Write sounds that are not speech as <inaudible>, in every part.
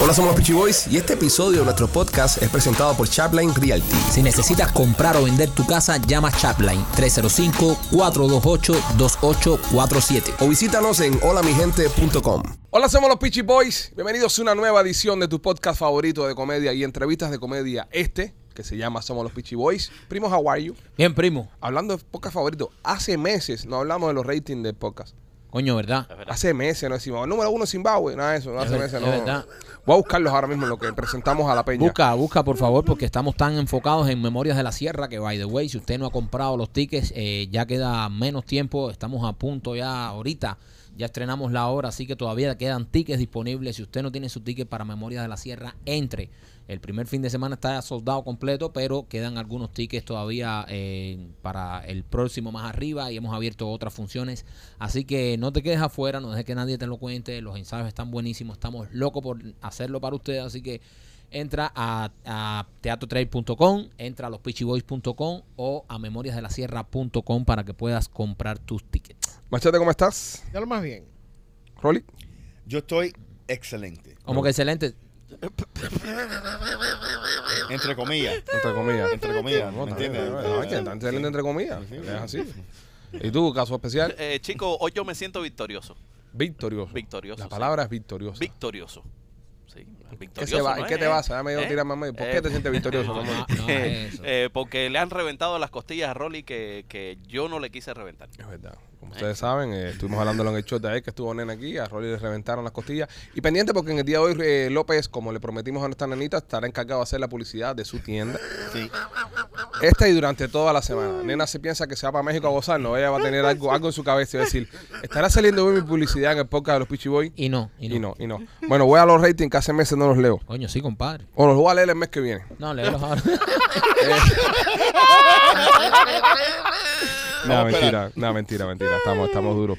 Hola, somos los Peachy Boys y este episodio de nuestro podcast es presentado por Chapline Realty. Si necesitas comprar o vender tu casa, llama Chapline 305-428-2847. O visítanos en holamigente.com. Hola, somos los Peachy Boys. Bienvenidos a una nueva edición de tu podcast favorito de comedia y entrevistas de comedia este, que se llama Somos los Peachy Boys. Primo, how are you? Bien, primo. Hablando de podcast favorito, hace meses no hablamos de los ratings de podcast. Coño, ¿verdad? Hace meses no decimos, número uno Zimbabue, nada de eso, no Es hace ver- meses es no. verdad. Voy a buscarlos ahora mismo en lo que presentamos a la peña. Busca, busca por favor, porque estamos tan enfocados en Memorias de la Sierra que, by the way, si usted no ha comprado los tickets, eh, ya queda menos tiempo, estamos a punto ya ahorita, ya estrenamos la hora, así que todavía quedan tickets disponibles. Si usted no tiene su ticket para Memorias de la Sierra, entre. El primer fin de semana está soldado completo, pero quedan algunos tickets todavía eh, para el próximo más arriba y hemos abierto otras funciones. Así que no te quedes afuera, no dejes que nadie te lo cuente. Los ensayos están buenísimos, estamos locos por hacerlo para ustedes, así que entra a, a teatrotrade.com, entra a lospitchyboys.com o a memoriasdelasierra.com para que puedas comprar tus tickets. Machete, ¿cómo estás? Ya lo más bien. Rolly. Yo estoy excelente. Como que excelente. Entre comillas. Entre comillas. Entre comillas. No, ¿Me está bien, entiendes? está bien, está bien, está bien, excelente entre comillas. Es así. Y tú, caso especial, Eh, chico, hoy yo me siento victorioso. victorioso. Victorioso, La sí. palabra es victorioso. Victorioso. Sí, victorioso. ¿Qué se va? ¿no ¿En es? qué te vas? Ya me dio Eh, tirar más medio. ¿Por eh, qué te sientes <laughs> victorioso? No, mamá? no, no, eh, eso. eh, porque le han reventado las costillas a Rolly que, que yo no le quise reventar. Es verdad. Como ustedes saben, eh, estuvimos hablando en el show de ayer que estuvo Nena aquí, a Rolly le reventaron las costillas. Y pendiente porque en el día de hoy eh, López, como le prometimos a nuestra nenita, estará encargado de hacer la publicidad de su tienda. Sí. Esta y durante toda la semana. Nena se piensa que se va para México a gozar, no, ella va a tener algo, algo en su cabeza y va a decir, estará saliendo hoy mi publicidad en el podcast de los Pichi Boy. Y no, y no. Y no, y no. Bueno, voy a los ratings que hace meses no los leo. Coño, sí, compadre. O los voy a leer el mes que viene. No, léelos ahora. No, Vamos a mentira, no, mentira, mentira. Estamos, estamos duros.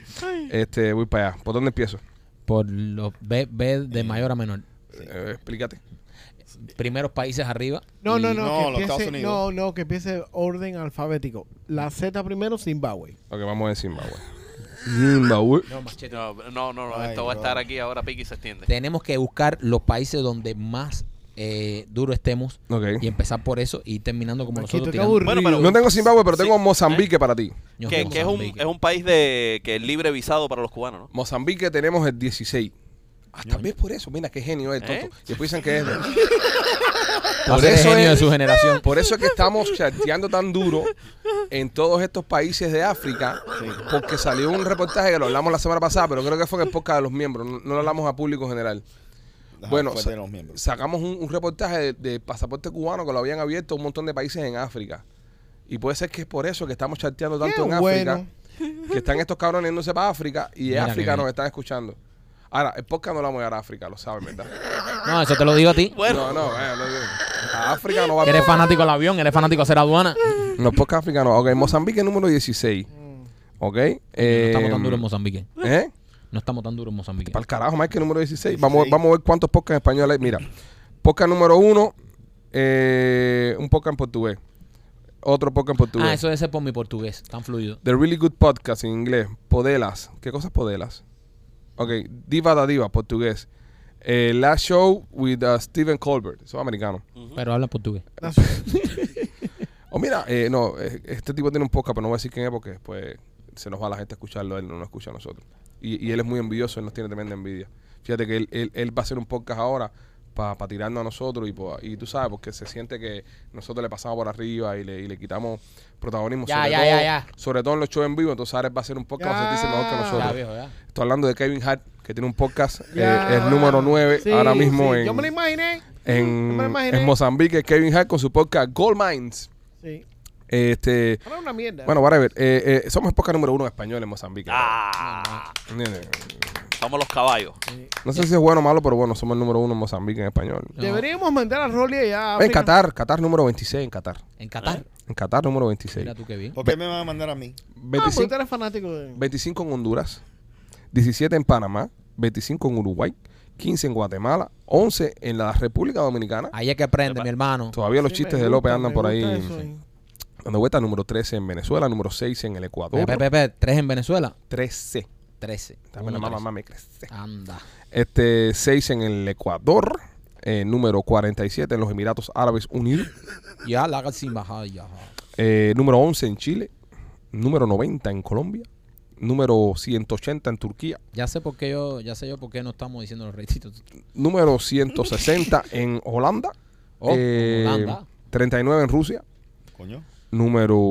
Este, voy para allá. ¿Por dónde empiezo? Por los B, B de mayor a menor. Eh, explícate. Primeros países arriba. No, Y- no, no. No, los que empiece, Estados Unidos. no, no, que empiece orden alfabético. La Z primero, Zimbabue. Ok, vamos a Zimbabue. Zimbabue. No, no, no, no, Ay, esto va a bro. estar aquí ahora, Piqui se extiende. Tenemos que buscar los países donde más eh, duro estemos Ok. y empezar por eso y terminando como Maquito, nosotros qué tirando. aburrido. Bueno, pero- No tengo Zimbabue, pero Eh. Sí. tengo Mozambique para ti. Yo Que, tengo que es, un, Mozambique. es un país de que es libre visado para los cubanos, ¿no? Mozambique tenemos el 16. Ah, tal vez por eso. Mira qué genio es, tonto. ¿Eh? Y después dicen que es. de- Va a Por ser el eso genio es- de su generación. Por eso es que estamos chateando tan duro en todos estos países de África, porque salió un reportaje que lo hablamos la semana pasada, pero creo que fue en el podcast de los miembros, no, no lo hablamos a público general. Ajá, bueno, fuerte sa- de los miembros. sacamos un, un reportaje de, de pasaporte cubano que lo habían abierto a un montón de países en África. Y puede ser que es por eso que estamos chateando tanto Qué en bueno. África, que están estos cabrones yéndose para África y de Mira África que- nos están escuchando. Ahora, el podcast no lo vamos a llevar a África, lo saben, ¿verdad? No, eso te lo digo a ti. Bueno, No, no, eh, no, no. a África no va Que eres fanático del avión, eres fanático de hacer aduana. No No, podcast africano. Ok, Mozambique número 16. Ok. eh, estamos tan duros en Mozambique. ¿Eh? No estamos tan duros en Mozambique. Para el carajo, más que número 16. Vamos, 16. vamos a ver cuántos podcasts españoles hay. Mira, podcast número 1, un podcast en portugués. Otro podcast en portugués. Ah, eso debe ser por mi portugués, tan fluido. The Really Good Podcast en inglés. Podelas. ¿Qué cosas podelas? Ok, Diva da Diva, portugués. Eh, Last Show with uh, Steven Colbert. Eso es americano. Pero habla portugués. La- O mira, eh, no, eh, este tipo tiene un podcast, pero no voy a decir quién es porque después se nos va la gente a escucharlo, él no nos escucha a nosotros. Y, y él es muy envidioso, él nos tiene tremenda envidia. Fíjate que él, él- él va a hacer un podcast ahora para tirarnos a nosotros y, pa- y tú sabes, porque se siente que nosotros le pasamos por arriba y le, y le quitamos protagonismo. Ya, sobre, ya, todo, ya, ya. sobre todo en los shows en vivo, entonces ahora él va a hacer un podcast, va a sentirse mejor que Ya. nosotros. Ya, Ah, viejo, ya. Estoy hablando de Kevin Hart, que tiene un podcast, Ya. eh, es número 9 Sí, ahora mismo sí. en, Yo me lo imaginé. Yo en, me lo imaginé. en Mozambique, Kevin Hart con su podcast Gold Mines. Sí. Este, Ahora una mierda. bueno, whatever. Eh, eh, somos el podcast número uno en español en Mozambique. Ah, ¿Entiendes? somos los caballos. No sé si es bueno o malo, pero bueno, somos el número uno en Mozambique en español. Deberíamos mandar a Rolly allá. a En África. Ah, Qatar, Qatar número 26 en Qatar. En Qatar. En Qatar número Mira 26. tú qué bien. ¿Por qué me van a mandar a mí? Ah, porque tú 25, eres fanático de. 25 en Honduras, 17 en Panamá, 25 en Uruguay, 15 en Guatemala, 11 en la República Dominicana. Ahí es que aprende, mi hermano. Todavía los Sí, chistes me de López gusta, andan me por ahí. gusta eso, eh. Dando vuelta número 13 en Venezuela, número 6 en el Ecuador. Pepe, Pepe, tres en Venezuela, 13. trece. Dame la Uno, mamá, trece. mami, crece. Anda. Este, 6 en el Ecuador, eh, número 47 en los Emiratos Árabes Unidos, Ya la Gazimaha, ya. eh, número 11 en Chile, número 90 en Colombia, número 180 en Turquía, Ya sé por qué yo, ya sé yo por qué no estamos diciendo los reititos. número <laughs> 160 en Holanda, Oh, eh, Holanda. 39 en Rusia, Coño. número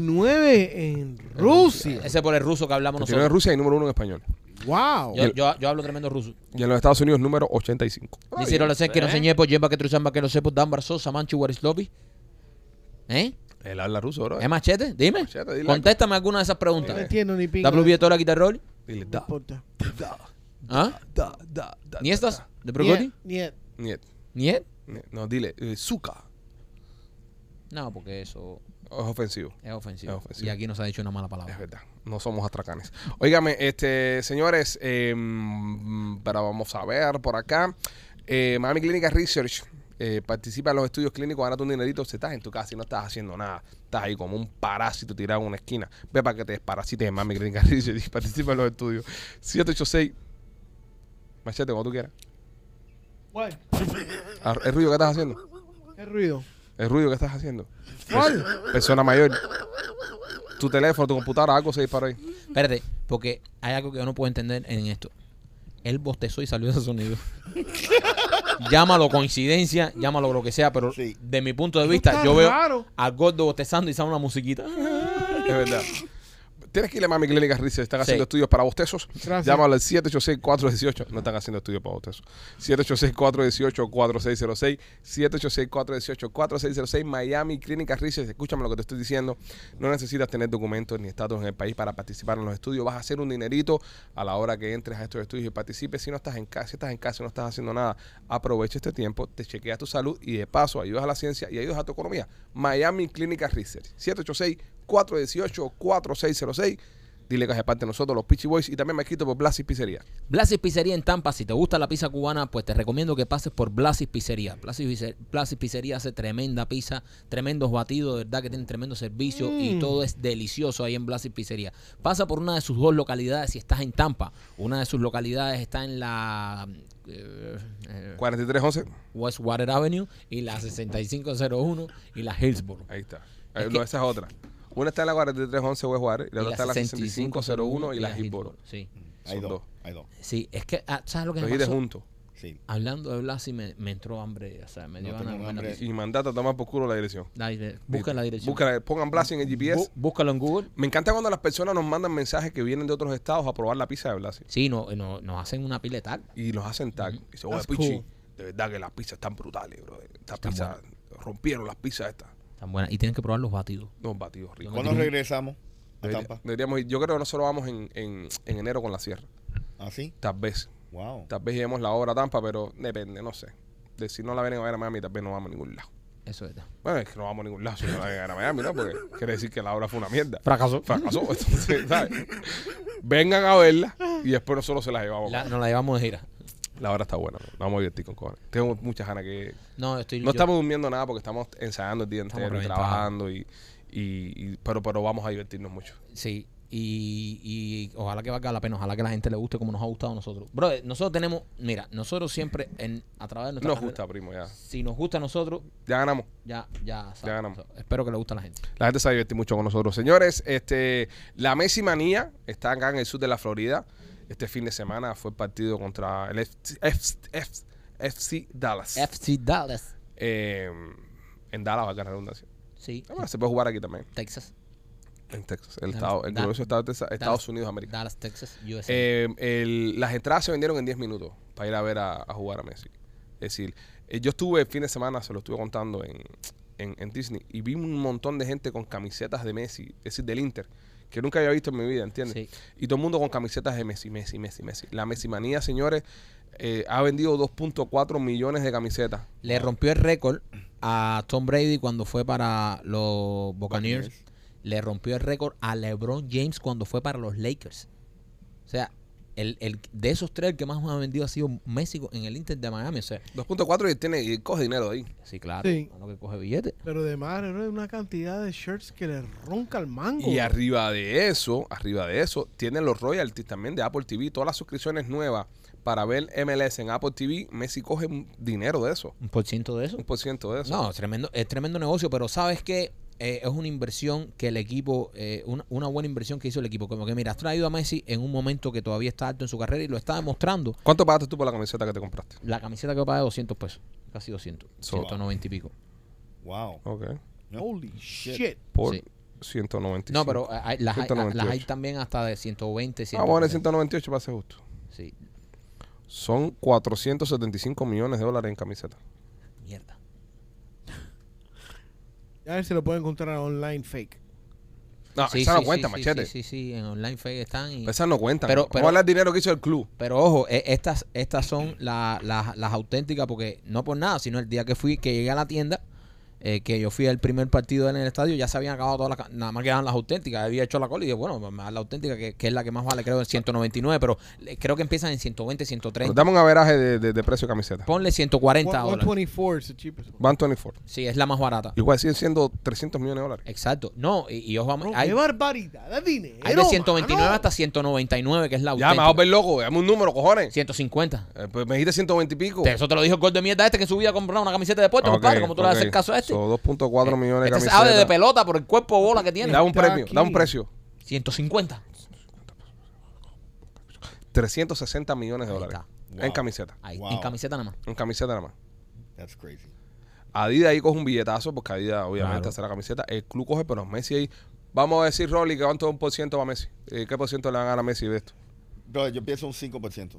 39 en Rusia. Ese por el ruso que hablamos 39 en nosotros. Rusia y número 1 en español. Wow. Yo, yo, yo hablo tremendo ruso. Y en los Estados Unidos, número 85. Dice lo sé que no ¿Eh? se ñepo, lleva que truzamba que no sepo, dan barzosa, manchu, warislobi. ¿Eh? Él habla ruso, bro. ¿Es machete? Dime. Machete, dile Contéstame alguna de esas preguntas. no entiendo ni pingo. ¿Da No toda la guitarra roll? Dile, da, importa. ¿Ah? da, da, da. ¿Ni estas? ¿De Niet, Progoti? niet. Niet, ¿Ni él? niet. No, dile, eh, suka. No, porque eso Es ofensivo. es ofensivo. Es ofensivo. Y aquí no se ha dicho una mala Es palabra. verdad. No somos atracanes. Óigame, este, señores, eh, mm, pero vamos a ver por acá. Eh, Miami Clínica Research. eh, participa en los estudios clínicos, gánate un dinerito. Si estás en tu casa y no estás haciendo nada, estás ahí como un parásito tirado en una esquina. Ve para que te desparasites en Miami Clínica Research y participa en los estudios. 786. Machete, cuando tú quieras. Guay, Ar- ¿El ruido que estás haciendo? qué ruido. ¿El ruido que estás haciendo? ¿Cuál? Persona mayor. Tu teléfono, tu computadora, algo se disparó ahí. Espérate, porque hay algo que yo no puedo entender en esto. Él bostezó y salió ese sonido. llámalo coincidencia, llámalo lo que sea, pero Sí. de mi punto de Eso vista, está yo veo raro. al gordo bostezando y sale una musiquita. Es verdad. Tienes que ir a Mami Clínica Research. Están Sí. haciendo estudios para bostezos. Gracias. Llámalo al 786-418. No están haciendo estudios para bostezos. 786-418-4606. 786-418-4606. Miami Clínica Research. Escúchame lo que te estoy diciendo. No necesitas tener documentos ni estatus en el país para participar en los estudios. Vas a hacer un dinerito a la hora que entres a estos estudios y participes. Si no estás en casa, si estás en casa y no estás haciendo nada, aprovecha este tiempo, te chequeas tu salud y de paso ayudas a la ciencia y ayudas a tu economía. Miami Clínica Research. 786-418-4606. Dile que es de parte de nosotros, los Pitchy Boys, y también me quito por Blasi Pizzería. Blasis Pizzería en Tampa, si te gusta la pizza cubana, pues te recomiendo que pases por Blasis Pizzería. Blasis, Pizzer- Blasis Pizzería hace tremenda pizza, tremendos batidos, de verdad que tienen tremendo servicio Mm. y todo es delicioso ahí en Blasis Pizzería. Pasa por una de sus dos localidades si estás en Tampa. Una de sus localidades está en la eh, eh, 4311. Westwater Avenue y la 6501 y la Hillsboro. Ahí está. Es Eh, que- no, esa es otra. Una está en la 4311 Westwater y la otra está en la 6501 y la Hillsboro. Sí, Hay Son dos. dos. Hay dos. sí, es que, ah, ¿sabes lo que Los me iré pasó? juntos. Sí. Hablando de Blasi me, me entró hambre, o sea, me No dio tengo ganas- hambre. Y mandate a tomar por culo la dirección. La dire- busca la dirección. Busca- pongan Blasi en el GPS. Bu- búscalo en Google. Me encanta cuando las personas nos mandan mensajes que vienen de otros estados a probar la pizza de Blasi. Sí, no, no, nos hacen una pila de tal. Y nos hacen tag. Y Dice, oye, That's Pichi, cool. de verdad que las pizzas están brutales, bro. Estas Están pizzas rompieron las pizzas estas. Tan buena. Y tienen que probar los batidos. Dos batidos ricos. ¿Cuándo regresamos a Debería- Tampa? deberíamos ir. Yo creo que nosotros vamos en, en- en enero con la sierra. ¿Así? Tal vez. Wow. Tal vez lleguemos la obra a Tampa, pero depende, no sé. De si no la vienen a ver a Miami, tal vez no vamos a ningún lado. Eso es. Bueno, es que no vamos a ningún lado si no la vienen a ver a Miami, ¿no? Porque quiere decir que la obra fue una mierda. Fracaso. Fracasó. <laughs> Entonces, ¿sabes? Vengan a verla y después nosotros se la llevamos. La- nos la llevamos de gira. La hora está buena, ¿no? Nos vamos a divertir con cojones. Tengo muchas ganas que. No, estoy. No yo- estamos durmiendo nada porque estamos ensayando el día Estamos entero y reventados. trabajando y. y- y- pero, pero vamos a divertirnos mucho. Sí. Y, y ojalá que valga la pena, ojalá que la gente le guste como nos ha gustado a nosotros. Bro, eh, nosotros tenemos, mira, nosotros siempre en, a través de nuestra Nos carrera, gusta, primo, ya. Si nos gusta a nosotros, Ya ganamos. ya, ya, sabes. Ya ganamos. Espero que le guste a la gente. La gente se va a divertir mucho con nosotros. Señores, este, la Messi Manía está acá en el sur de la Florida. Este fin de semana fue el partido contra el FC, FC Dallas. FC Dallas. Eh, en Dallas, va a ganar redundancia. Sí. Ah, bueno, se puede jugar aquí también, Texas. en Texas. El, Dallas, estado, el Dallas, glorioso estado de Texas, Estados Dallas, Unidos de América. Dallas, Texas, USA. Eh, el- las entradas se vendieron en 10 minutos para ir a ver a, a jugar a Messi. Es decir, eh, yo estuve el fin de semana, se lo estuve contando en, en- en Disney, y vi un montón de gente con camisetas de Messi, es decir, del Inter, que nunca había visto en mi vida, ¿entiendes? Sí. Y todo el mundo con camisetas de Messi, Messi, Messi, Messi. La Messi manía, señores, eh, ha vendido 2.4 millones de camisetas. Le rompió el récord a Tom Brady cuando fue para los Buccaneers. Buccaneers. Le rompió el récord a LeBron James cuando fue para los Lakers. O sea, el, el- de esos tres, el que más ha vendido ha sido México en el Inter de Miami. O sea, 2.4 y tiene y coge dinero de ahí. sí, claro. Sí. a lo que coge billete. Pero de madre, ¿no? Hay una cantidad de shirts que le ronca el mango. Y arriba de eso, arriba de eso, tienen los royalties también de Apple TV, todas las suscripciones nuevas para ver MLS en Apple TV, Messi coge un dinero de eso. ¿Un por ciento de eso? Un por ciento de eso. No, es tremendo, es tremendo negocio, pero sabes que es una inversión que el equipo, eh, una, una buena inversión que hizo el equipo. Como que mira, has traído a Messi en un momento que todavía está alto en su carrera y lo está demostrando. ¿Cuánto pagaste tú por la camiseta que te compraste? La camiseta que paga 200 pesos, casi 200, So- 190 y pico. Wow. Ok. No. Holy Shit. shit. Por Sí. 195. No, pero eh, hay- las, hay, ah, las hay 198. también hasta de 120, Ah, bueno, 140. 198 para ser justo. Sí, Son 475 millones de dólares en camiseta. mierda. A ver si lo pueden encontrar online fake. No, Sí, esa sí, no cuenta, sí, sí, machete. Sí, sí, sí, en online fake están. y- Esa no cuenta. Pero- Pero, pero- el dinero que hizo el club? Pero ojo, e- estas, estas son la- las- las auténticas, porque no por nada, sino el día que fui, que llegué a la tienda, eh, que yo fui al primer partido en el estadio, ya se habían acabado todas las, ca- nada más quedaban las auténticas, había hecho la cola y dije, bueno, pues, me da la auténtica, que, que es la que más vale, creo, en 199, pero eh, creo que empiezan en 120, Pero 130. dame un averaje de, de- de precio de camiseta. Ponle 140 dólares. 124 is the cheapest one. Van 24. Sí, es la más barata. Igual siguen siendo 300 millones de dólares. Exacto. No, y, y ojo, Bro, hay, ¡Qué barbaridad de dinero! hay de 129 mano. hasta 199, que es la Ya, me vas a auténtica. ver loco. Dame un número, cojones. 150. Eh, pues me dijiste 120 y pico. Te- Eso te lo dijo el gol de mierda este que en su vida compró una camiseta de deporte, Ok, compadre. ¿Cómo tú le ok. vas a hacer caso a este? Son 2.4 millones de Este camisetas. sabe de pelota por el cuerpo de bola que tiene. Da un Está premio, aquí. da un precio. 150. 360 millones de Ahí dólares. está. En Wow. camiseta. Ahí, Wow. en camiseta nada más. En camiseta nada más. That's crazy. Adidas ahí coge un billetazo, porque Adidas obviamente Claro. hace la camiseta. El club coge, pero Messi ahí. Vamos a decir, Rolly, que cuánto un por ciento va a Messi. Eh, ¿Qué por ciento le van a ganar a Messi de esto? Bro, yo pienso un 5%.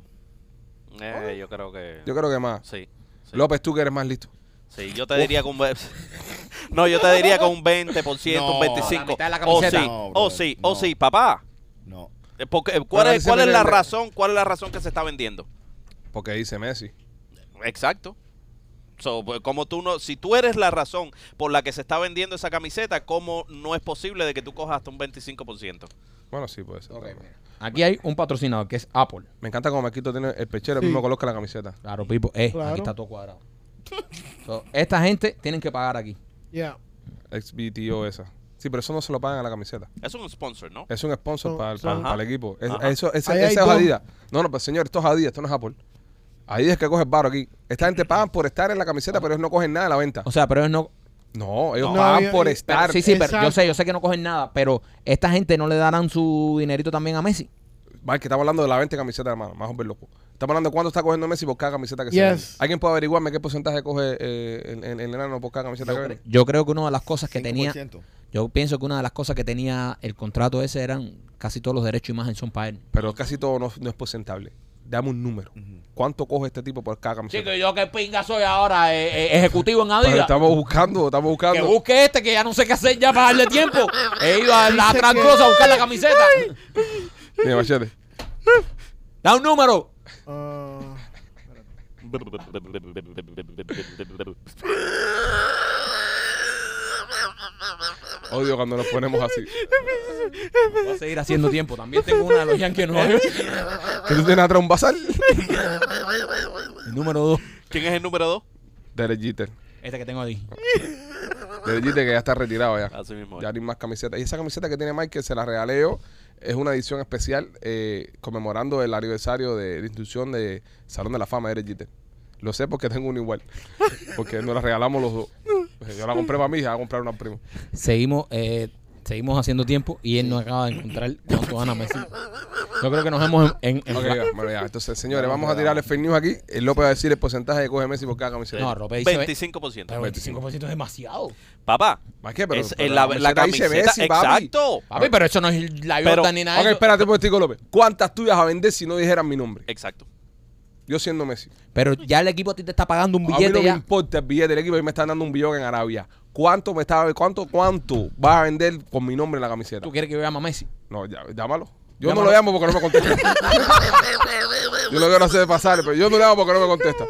Eh, yo creo que. Yo creo que más. Sí. sí. López, tú que eres más listo. Sí, yo te diría con un ve- <laughs> No, yo te diría con un 20%, No, un 25%. la mitad de la oh, camiseta. sí, No, oh, brother, sí, no. oh, sí, papá. No. Eh, porque, eh, Pero ¿Cuál, es, dice cuál es la Miguel- razón? ¿Cuál es la razón que se está vendiendo? Porque dice Messi. Exacto. So, pues, como tú no, si tú eres la razón por la que se está vendiendo esa camiseta, ¿cómo no es posible de que tú cojas hasta un 25%? Bueno, sí, puede ser. Aquí hay un patrocinador que es Apple. Me encanta como Maquito tiene el pechero, el Sí. mismo color que la camiseta. Claro, Pipo. Eh, Claro. aquí está todo cuadrado. So, esta gente tienen que pagar aquí. Yeah. XBTO esa. Sí, pero eso no se lo pagan a la camiseta. Es un sponsor, ¿no? Es un sponsor Son- para, el- son- para- para el equipo. Es- Ajá. eso, ese, Ahí hay ese es dos. Adidas. No, no, pero señor, esto es Adidas, esto no es Apple. Adidas es que coge el paro aquí. Esta gente pagan por estar en la camiseta, pero ellos no cogen nada de la venta. O sea, pero ellos no. No, ellos No, pagan yo- por yo- pero- estar. sí, sí, pero yo Exacto. sé, yo sé que no cogen nada, pero esta gente no le darán su dinerito también a Messi. Mike, estamos hablando de la venta de camisetas, hermano. Más hombre loco. Estamos hablando de cuánto está cogiendo Messi por cada camiseta que se Yes. vende. ¿Alguien puede averiguarme qué porcentaje coge eh, el, el- el enano por cada camiseta que vende? Yo creo que una de las Ah, cosas que tenía, 5%. yo pienso que una de las cosas que tenía el contrato ese eran casi todos los derechos de imagen son para él. Pero casi todo no, no es porcentable. Dame un número. ¿Cuánto coge este tipo por cada camiseta? yo que pinga soy ahora Eh, ejecutivo en Pero estamos buscando, estamos Que buscando. busque este, que ya no sé qué hacer ya para darle <laughs> tiempo. He ido a la Dice otra que- cosa a buscar la camiseta. Mira, Machete. Da un número. Ah, Odio cuando nos ponemos así. Voy a seguir haciendo tiempo. También tengo una de los Yankees de <laughs> Nueva York. ¿Que tú tienes atrás un basal? Número dos. ¿Quién es el número 2? Derek Jeter. Este que tengo ahí. Derek Jeter que ya está retirado ya. Así mismo. es. Ya ni más camisetas. Y esa camiseta que tiene Mike, que se la regaleo, es una edición especial eh, conmemorando el aniversario de la institución de Salón de la Fama de Derek Jeter. Lo sé porque tengo una igual. Porque nos la regalamos los dos. Pues Yo la compré para mí y la voy a comprar una al primo. Seguimos, eh, seguimos haciendo tiempo y él no acaba de encontrar cuánto gana Messi. Yo creo que nos hemos en, en- Ok, ya, bueno, ya. Entonces, señores, vamos a tirarle fake news aquí. El López va a decir el porcentaje que coge Messi por cada camiseta. No, No, Rope dice 25%. pero 25% es demasiado. Papá, qué? Pero, es, pero eh, la, la dice camiseta. Messi, papi. exacto. Papi, pero eso no es la Jordan ni nada. Ok, de eso. espérate un momentico, López. ¿Cuántas tuyas a vender si no dijeran mi nombre? Exacto. Yo siendo Messi. Pero ya el equipo a ti te está pagando un a mí no billete me ya. importa el billete del equipo. A mí me están dando un billón en Arabia. ¿Cuánto me estaba, cuánto, cuánto vas a vender con mi nombre en la camiseta? ¿Tú quieres que yo llame a Messi? No, ya, llámalo. Yo Llámalo. no lo llamo porque no me contesta. <laughs> yo lo quiero hacer pasar, pero yo no lo llamo porque no me contesta.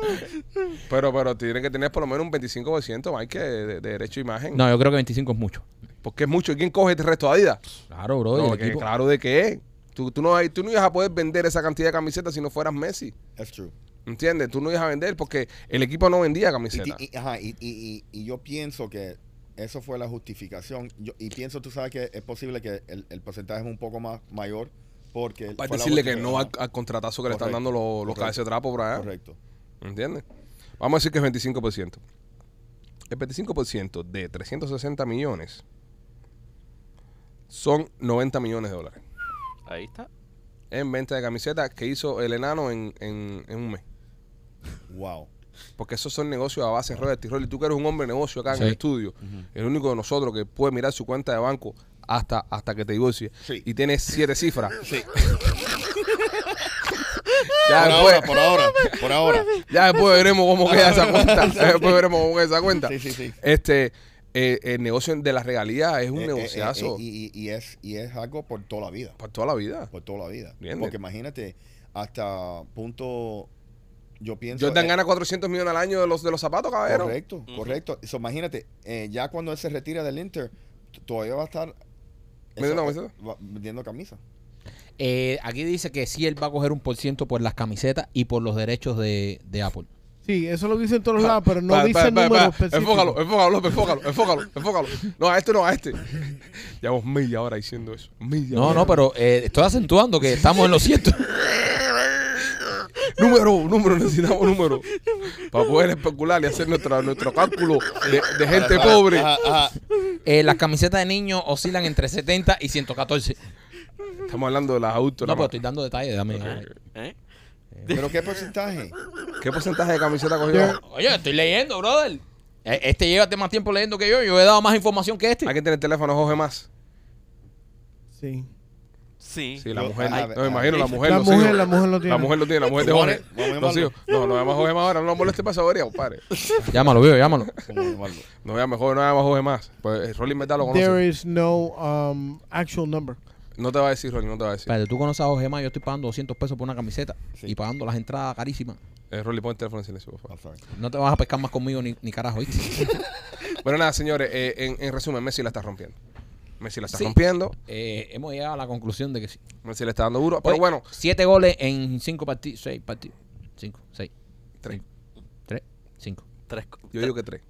Pero, pero tienen que tener por lo menos un 25%, Mike, de, de derecho a imagen. No, yo creo que 25 es mucho. Porque es mucho. ¿Y quién coge el resto de Adidas? Claro, bro. y No, el que equipo. claro de qué es. Tú, tú, no, hay- tú no ibas a poder vender esa cantidad de camisetas si no fueras Messi. That's true. ¿Entiendes? Tú no ibas a vender porque el equipo no vendía Y, ti- camisetas. y- ajá, y, y- y- y yo pienso que eso fue la justificación. Yo- y pienso, tú sabes que es posible que el, el porcentaje es un poco más mayor Porque Para fue la decirle que última- no ajá, al, al contratazo que le están Correcto, dando los, los correcto, cabezas de trapo por allá. Correcto. ¿Entiendes? Vamos a decir que es 25%. El 25% de 360 millones son 90 millones de dólares Ahí está. en venta de camisetas que hizo el enano en, en- en un mes. Wow. Porque esos son negocios a base de royalty roll. Y tú que eres un hombre de negocio acá en Sí. el estudio, el único de nosotros que puede mirar su cuenta de banco hasta, hasta que te divorcies Sí. y tienes siete cifras. Sí. <laughs> ya, por después, ahora, por ahora, por ahora. ya después <laughs> veremos cómo queda esa cuenta. Ya después veremos cómo queda esa cuenta. Sí, sí, sí. Este, eh, el negocio de la regalía es un Eh, eh, eh, negociazo eh, y, y- y es, y es algo por toda la vida. para toda la vida. Por toda la vida. Bien. Porque imagínate, hasta punto. Yo pienso. Jordan eh, gana 400 millones al año de los, de los zapatos, caballero. Correcto, Ujú. correcto. So, imagínate, eh, ya cuando él se retira del Inter, t- todavía va a estar. ¿Vendiendo eso, camisa? eh, va- vendiendo camisa. Eh, aquí dice que sí, él va a coger un por ciento por las camisetas y por los derechos de, de Apple. Sí, eso lo dicen en todos lados, pero no Ah, Pa- pa- dice el pa- número pa- específico. Enfócalo, enfócalo, López, enfócalo, enfócalo, enfócalo. No, a este no, a este. Llevamos media hora diciendo eso. Media No, hora. no, pero eh, estoy acentuando que estamos en lo cierto. Número, número, necesitamos número. Para poder especular y hacer nuestra, nuestro cálculo de, de gente Ajá, pobre. ajá, ajá. <laughs> Eh, las camisetas de niños oscilan entre 70 y 114. Estamos hablando de las autos. No, nada pero más. estoy dando detalles. Dame. ¿Eh? ¿Pero qué <laughs> porcentaje? ¿Qué porcentaje de camiseta cogió? Oye, estoy leyendo, brother. Eh, Este lleva más tiempo leyendo que yo. Yo he dado más información que este. Hay que tener teléfono, Jorge, más. Sí. Sí. Sí, la Yo- mujer. Ajá, no, me imagino, la mujer. La los mujer, hijos. la mujer lo tiene. La mujer lo tiene, la mujer de Vamos a- Jorge. vamos a Los llamarlo. hijos. No, no llamas a Jorge más ahora, no lo moleste para saboría, compadre. Llámalo, viejo, llámalo. ¿Cómo llamarlo? No llames Jorge, no llamas a Jorge más. Pues eh, Rolly Metal lo There conoce. is no um, actual number. No te va a decir, Rolly, no te va a decir. Espérate, tú conoces a Jorge Más, yo estoy pagando 200 pesos por una camiseta Sí. y pagando las entradas carísimas. Eh, Rolly, pon el teléfono en silencio, por favor. I'm sorry. No te vas a pescar más conmigo ni, ni carajo. ¿oíste? <laughs> Bueno, nada, señores, eh, en, en resumen, Messi la está rompiendo. Messi la está Sí. rompiendo, Eh, hemos llegado a la conclusión de que sí. Messi le está dando duro. Ah, Pero Oye, bueno, Siete goles en cinco partidos. Seis partidos. Cinco, seis, tres. tres, cinco. Tres, Yo digo que tres.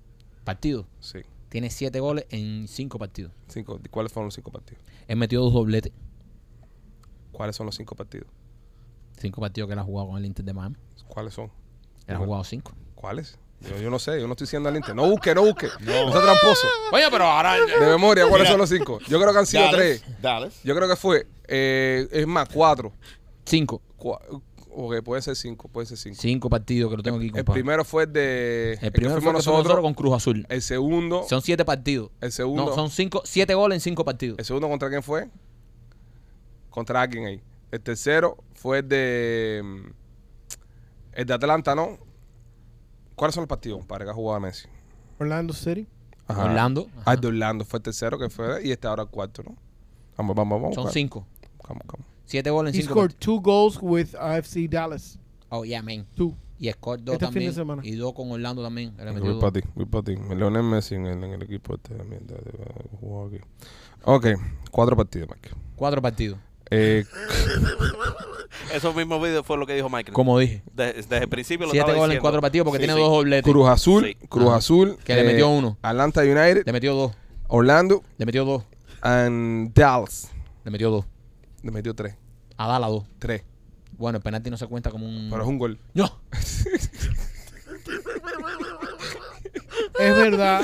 Partidos. Sí, Tiene siete goles en cinco partidos. cinco. ¿Cuáles fueron los cinco partidos? Él metió dos dobletes. ¿Cuáles son los cinco partidos? Cinco partidos que él ha jugado con el Inter de Miami. ¿Cuáles son? Él ha jugado cinco. ¿Cuáles? Yo, yo no sé, yo no estoy diciendo al Inter. No busque, no busque. No sea tramposo. Oye, pero ahora. <laughs> De memoria, ¿cuáles Mira. son los cinco? Yo creo que han sido Dallas, tres. Dallas. Yo creo que fue, eh, es más, cuatro. Cinco. Cua- ok, puede ser cinco, puede ser cinco. Cinco partidos que lo tengo aquí, el compadre. primero fue el de. El primero que fue fuimos nosotros, nosotros. con Cruz Azul. El segundo. Son siete partidos. El segundo. No, son cinco, siete goles en cinco partidos. El segundo contra quién fue? Contra alguien ahí. El tercero fue el de. mm, El de Atlanta, ¿no? ¿Cuáles son los partidos para que ha jugado Messi? Orlando City. Ajá. Orlando. Ah, el de Orlando fue el tercero que fue. Y este ahora el cuarto, ¿no? Vamos, vamos, vamos. Son vamos. cinco. Vamos, vamos. Siete goles He en cinco scored partidos. two goals with AFC Dallas. Oh, yeah, man. Two. Y score dos Este fin de también. semana. Y dos con Orlando también. Él le metió Voy dos. para ti, voy para ti. Leonel Messi en el, en el equipo este de mierda de- de- jugó aquí. Ok, cuatro partidos, Mike. Cuatro partidos. <laughs> Eh, Esos mismos videos fue lo que dijo Michael. Como dije. De- desde el principio lo Siete estaba goles en diciendo. cuatro partidos porque Sí, tiene sí. dos dobletes. Cruz Azul, Sí. Cruz Ajá. Azul. eh, Que le metió uno. Atlanta United, Le metió dos. Orlando Le metió dos. and Dallas. Le metió dos. Le metió tres. A Dala dos. Tres. Bueno, el penalti no se cuenta como un. Pero es un gol. ¡No! Es verdad.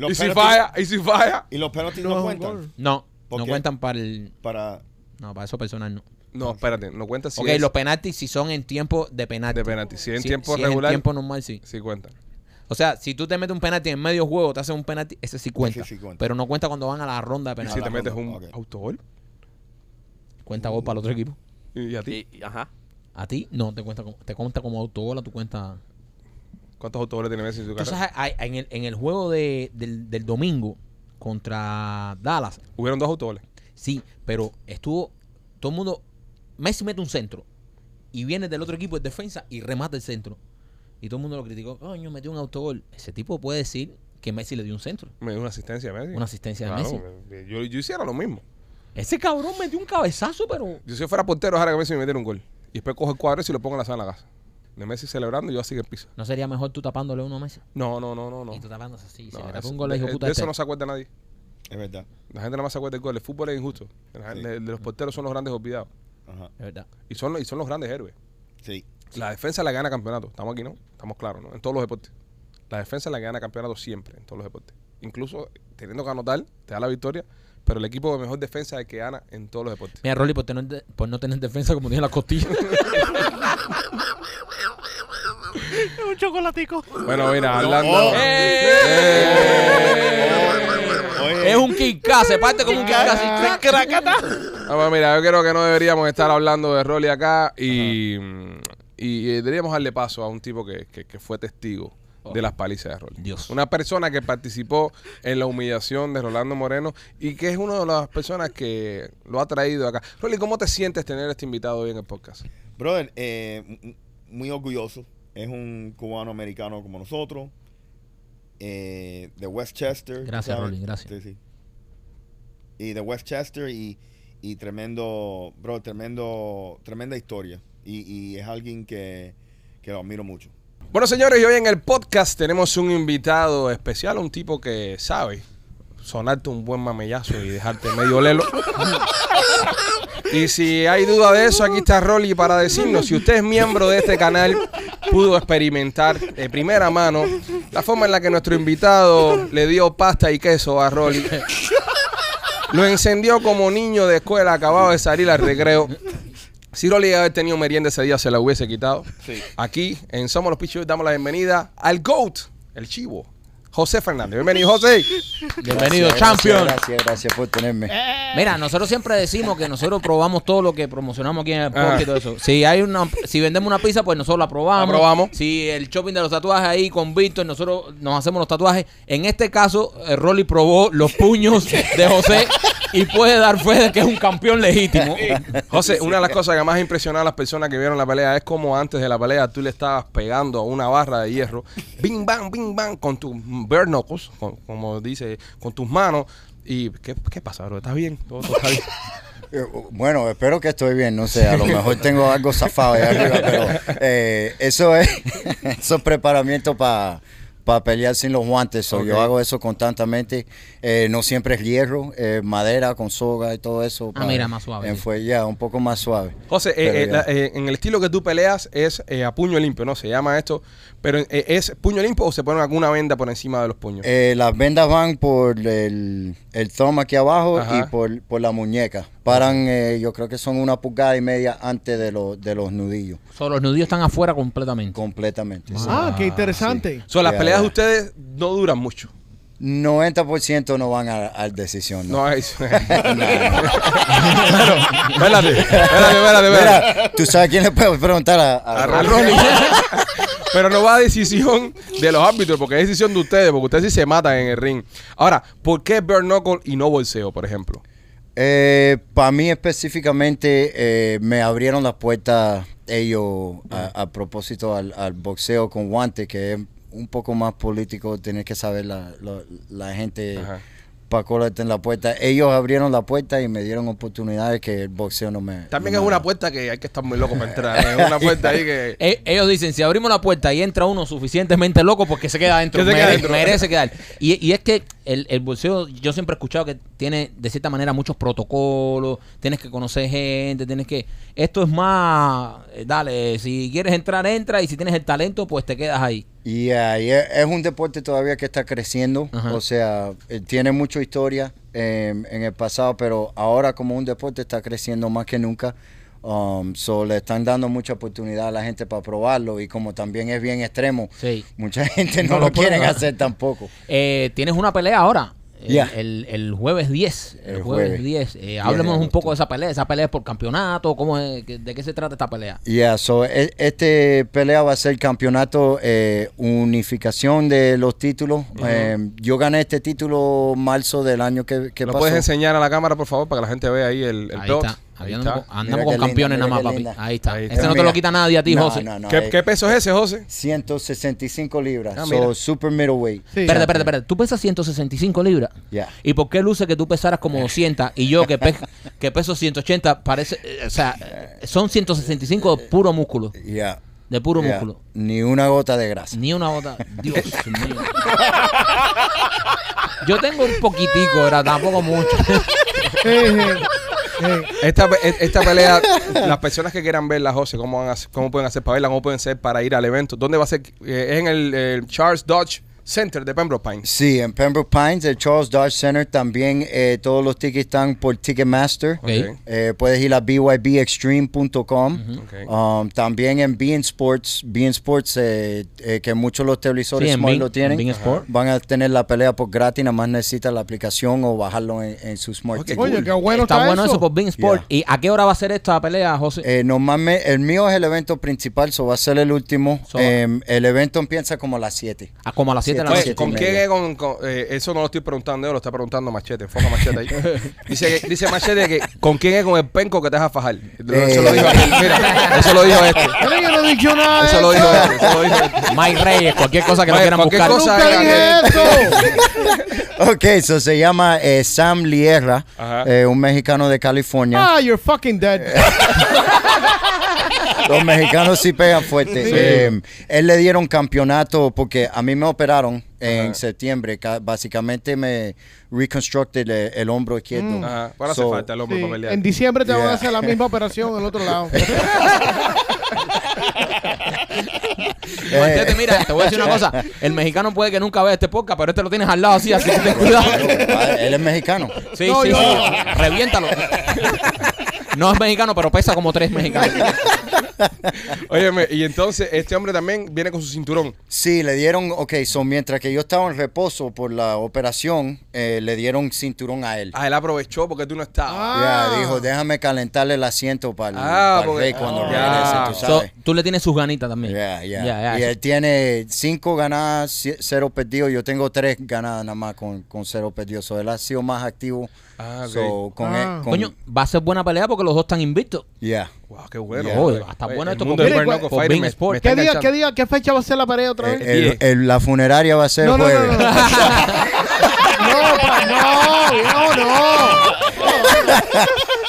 Los y si penaltis- falla, y si falla. Y los penaltis No no, es un gol. cuentan. No. ¿Por No qué? cuentan para el. Para. No, para eso personal no. No, espérate, no cuenta si ok, es los penaltis si son en tiempo de penalti. de penalti. Si es en Si- tiempo si es regular, en tiempo normal, sí. sí cuenta. O sea, si tú te metes un penalti en medio juego, te haces un penalti, ese sí cuenta. sí cuenta. Pero no cuenta cuando van a la ronda de Y si penalti. te la metes un ronda, ok. autogol Cuenta gol para el otro equipo. y a ti. Y- y- ajá. A ti no te cuenta como, te cuenta como autogol a tu cuenta. ¿Cuántos autogoles tiene Messi en su Entonces, carrera? hay- hay- en, el, en el juego de- del, del domingo contra Dallas, Hubieron dos autogoles. sí, pero estuvo todo el mundo. Messi mete un centro y viene del otro equipo de defensa y remata el centro. Y todo el mundo lo criticó. Coño, metió un autogol. Ese tipo puede decir que Messi le dio un centro. Me dio una asistencia a Messi. Una asistencia de Claro, Messi. eh, Yo, yo hiciera lo mismo. Ese cabrón metió un cabezazo, pero. Yo si fuera portero, ahora que Messi me metiera un gol. Y después cojo el cuadro y lo pongo en la sala de la casa. De Messi celebrando y yo así que piso. ¿No sería mejor tú tapándole uno a Messi? No, no, no, no, no. Y tú tapándose así. No, se le tapó eso- un gol de- le dijo de- puta de eso este. no se acuerda nadie. Es verdad. La gente nada más se acuerda del gol. El fútbol es injusto. La- Sí. De, de los porteros son los grandes olvidados. Ajá. de verdad. Y son, los- y son los grandes héroes. Sí. La defensa es la que gana campeonato. Estamos aquí, ¿no? Estamos claros, ¿no? En todos los deportes. La defensa es la que gana campeonato siempre, en todos los deportes. Incluso teniendo que anotar, te da la victoria, pero el equipo de mejor defensa es el que gana en todos los deportes. Mira, Rolly, por, tener de- por no tener defensa, como tiene la <laughs> costilla. <laughs> Un chocolatico. Bueno, mira, hablando. Oh. ¡Eh! Oye, es un kinká, se parte como un kinká. así, crack. Ah, bueno, mira, yo creo que no deberíamos estar hablando de Rolly acá y, y, eh, deberíamos darle paso a un tipo que, que- que fue testigo de las palizas de Rolly. Dios. Una persona que participó en la humillación de Rolando Moreno y que es una de las personas que lo ha traído acá. Rolly, ¿cómo te sientes tener este invitado hoy en el podcast? brother, eh, m- m- muy orgulloso. Es un cubano americano como nosotros. eh, de Westchester. Gracias, ¿sabes? Rolly, gracias. Sí, sí. Y de Westchester y, y tremendo, bro, tremendo, tremenda historia. Y, y es alguien que, que lo admiro mucho. Bueno, señores, y hoy en el podcast tenemos un invitado especial, un tipo que sabe sonarte un buen mamellazo y dejarte medio lelo. Y si hay duda de eso, aquí está Rolly para decirnos si usted es miembro de este canal, pudo experimentar de primera mano la forma en la que nuestro invitado le dio pasta y queso a Rolly. Lo encendió como niño de escuela, acababa de salir al recreo. Si Rolly haber tenido merienda ese día, se la hubiese quitado. Sí. Aquí en Somos los Pichos damos la bienvenida al GOAT, el chivo, José Fernández. Bienvenido, José. Bienvenido, Gracias, champion. Gracias, gracias por tenerme. Mira, nosotros siempre decimos que nosotros probamos todo lo que promocionamos aquí en Ah. el podcast Ajá. y todo eso. Si hay una, si vendemos una pizza, pues nosotros la probamos. La probamos. Si el shopping de los tatuajes ahí con Víctor, nosotros nos hacemos los tatuajes. En este caso, eh, Rolly probó los puños de José y puede dar fe de que es un campeón legítimo. José, una de las cosas que más impresionó a las personas que vieron la pelea es como antes de la pelea tú le estabas pegando a una barra de hierro, bing bang, bing bang, con tus bare knuckles, con- como dice, con tus manos. ¿Y qué, qué pasa, bro? ¿Estás bien? ¿Todo, todo está <laughs> bien? Eh, Bueno, espero que estoy bien, no sé, <laughs> a lo mejor tengo algo zafado ahí arriba, pero eh, eso es, <laughs> eso es preparamiento para pelear sin los guantes, so, yo Ok. hago eso constantemente, Eh, no siempre es hierro, eh, madera con soga y todo eso. Ah, mira, más suave. eh, fue ya un poco más suave. José, eh, Pero eh, ya. la- eh, en el estilo que tú peleas es eh, a puño limpio, ¿no? Se llama esto, pero eh, ¿es puño limpio o se pone alguna venda por encima de los puños? Eh, las vendas van por el, el thumb aquí abajo Ajá. y por, por la muñeca. Paran, eh, yo creo que son una pulgada y media antes de, lo- de los nudillos, Solo los nudillos están afuera completamente. completamente. sí. Ah, qué interesante. So, las Ya, peleas ya. de ustedes no duran mucho. 90% no van a, a decisión. ¿no? No, <laughs> es. <laughs> Espérate, espérate, espérate, espérate. Mira, tú sabes quién le puedo preguntar a, a- Ah, A Ronnie. <laughs> Pero no va a decisión de los árbitros, porque es decisión de ustedes, porque ustedes sí se matan en el ring. Ahora, ¿por qué bare knuckle y no bolseo, por ejemplo? Para Eh, mí específicamente eh, me abrieron las puertas ellos a, a propósito al, al boxeo con guantes, que es un poco más político, tienes que saber la, la- la gente Ajá. para colarte en la puerta. Ellos abrieron la puerta y me dieron oportunidades que el boxeo no me... También no es me una da. puerta que hay que estar muy loco para entrar. <laughs> Es una puerta ahí que. Eh, ellos dicen, si abrimos la puerta y entra uno suficientemente loco, porque se queda adentro. Que se Mere- queda adentro. Merece quedar. Y, y es que el, el bolseo, yo siempre he escuchado que tiene, de cierta manera, muchos protocolos. Tienes que conocer gente, tienes que... Esto es más... eh, Dale, si quieres entrar, entra. Y si tienes el talento, pues te quedas ahí. Y ahí es, es un deporte todavía que está creciendo, Ajá. o sea, eh, tiene mucha historia eh, en el pasado, pero ahora como un deporte está creciendo más que nunca. Um, so le están dando mucha oportunidad a la gente para probarlo y como también es bien extremo, Sí. mucha <laughs> gente no, No lo lo puede, quieren ¿no? hacer tampoco. Eh, tienes una pelea ahora. El, Ya. el, el jueves 10. El, El jueves, jueves. 10. Eh, 10 háblenos de un poco agosto. de esa pelea. ¿Esa pelea es por campeonato? ¿Cómo es? ¿De qué se trata esta pelea? Ya, so, e- este pelea va a ser campeonato eh, unificación de los títulos. Eh, yo gané este título marzo del año que, que ¿Lo pasó. puedes enseñar a la cámara, por favor, para que la gente vea ahí el, el Ahí belt? está. Ahí Andamos, está. con- andamos Mira con qué campeones linda, nada más, mira papi. qué linda. Ahí está. Ahí está. Este no te Mira. lo quita nadie a ti, No, José. no, no, ¿Qué, eh, qué peso es ese, José? 165 libras. Ah, so, mira. super middleweight. Sí. Espérate, espérate, espérate. Tú pesas 165 libras. Ya. ¿Y por qué luce que tú pesaras <laughs> como 200 y yo que, pe- que peso 180 parece... eh, O sea, eh, son 165 de puro músculo. Ya. De puro ya. músculo. Ni una gota de grasa. Ni una gota. Dios mío. Yo tengo un poquitico, era tampoco mucho. Eh, eh, Eh, Esta, pe- e- esta pelea, las personas que quieran verla, José, ¿cómo, van a, hacer- cómo pueden hacer para verla? ¿Cómo pueden ser para ir al evento? ¿Dónde va a ser? Eh, es en el, el Charles Dodge Center de Pembroke Pines. Sí, en Pembroke Pines, el Charles Dodge Center, también eh, todos los tickets están por Ticketmaster. Ok. Eh, puedes ir a bybextreme.com. Ok. Um, también en Bean Sports, Bean Sports, eh, eh, que muchos los <laughs> televisores Sí, en smart Bein- lo tienen, en Bein Sport. van a tener la pelea por gratis, nada más necesitas la aplicación o bajarlo en, en su smart Ok, TV. Oye, cool. qué bueno está, está, bueno eso, por Bean Sport. ¿Y a qué hora va a ser esta pelea, José? Eh, normalmente, el mío es el evento principal, so va a ser el último. So- Em, el evento empieza como a las 7. Ah, como a las 7 de la Oye, noche. ¿Con y quién media. es? Con, con- eh, eso no lo estoy preguntando yo, lo está preguntando Machete. Enfoca Machete ahí. Dice, que- dice Machete que ¿con quién es con el penco que te vas a fajar? Lo- Eso Eh. lo dijo aquí. Mira, eso lo dijo este. Creo que no he dicho nada. de Eso lo eso. dijo este. Eso lo dijo este. Mike Reyes, cualquier cosa que lo Oye, quieran cualquier buscar. cosa- Nunca dije esto. Ok, eso se llama eh, Sam Lierra, Ajá. eh, un mexicano de California. Ah, you're fucking Eh, dead. Los mexicanos sí pegan fuerte. Sí. Eh, él le dieron campeonato porque a mí me operaron en septiembre. Ca- Básicamente me reconstructed eh, el, el hombro izquierdo. Mm. Ajá, Ahora hace So, <laughs> falta el hombre Sí, para pelear. En diciembre te van Yeah. a hacer la misma operación del otro <laughs> lado. Machete, eh, mira, te voy a decir una cosa. El mexicano puede que nunca vea este podcast, pero este lo tienes al lado así, así que ten cuidado. él es mexicano. Sí, No, sí, yo- sí. Reviéntalo. No es mexicano, pero pesa como tres mexicanos. Óyeme, y entonces este hombre también viene con su cinturón. Sí, le dieron, ok, so mientras que yo estaba en reposo por la operación, eh, le dieron cinturón a él. Ah, él aprovechó porque tú no estabas. Ah. Ya, dijo, déjame calentarle el asiento para el, Ah, para el porque- rey cuando ah. regrese, tú So, sabes. tú le tienes sus ganitas también. Ya, ya. Ya, ya. Y él tiene cinco ganadas, ci- cero perdidos. Yo tengo tres ganadas nada más con, con cero perdidos. So, él ha sido más activo. Ah, ok. So, con Ah. él- con- Coño, va a ser buena pelea porque los dos están invictos. Yeah. Wow, qué bueno. Yeah. Oye, está bueno esto por, por- Mira, por, por por Bing me, Sport. me está ¿Qué día, enganchando. qué día, qué fecha va a ser la pared otra vez? El- el- el- la funeraria va a ser no, no, no, Eh, no, jueves. no. No, <laughs> pa- no, no, no.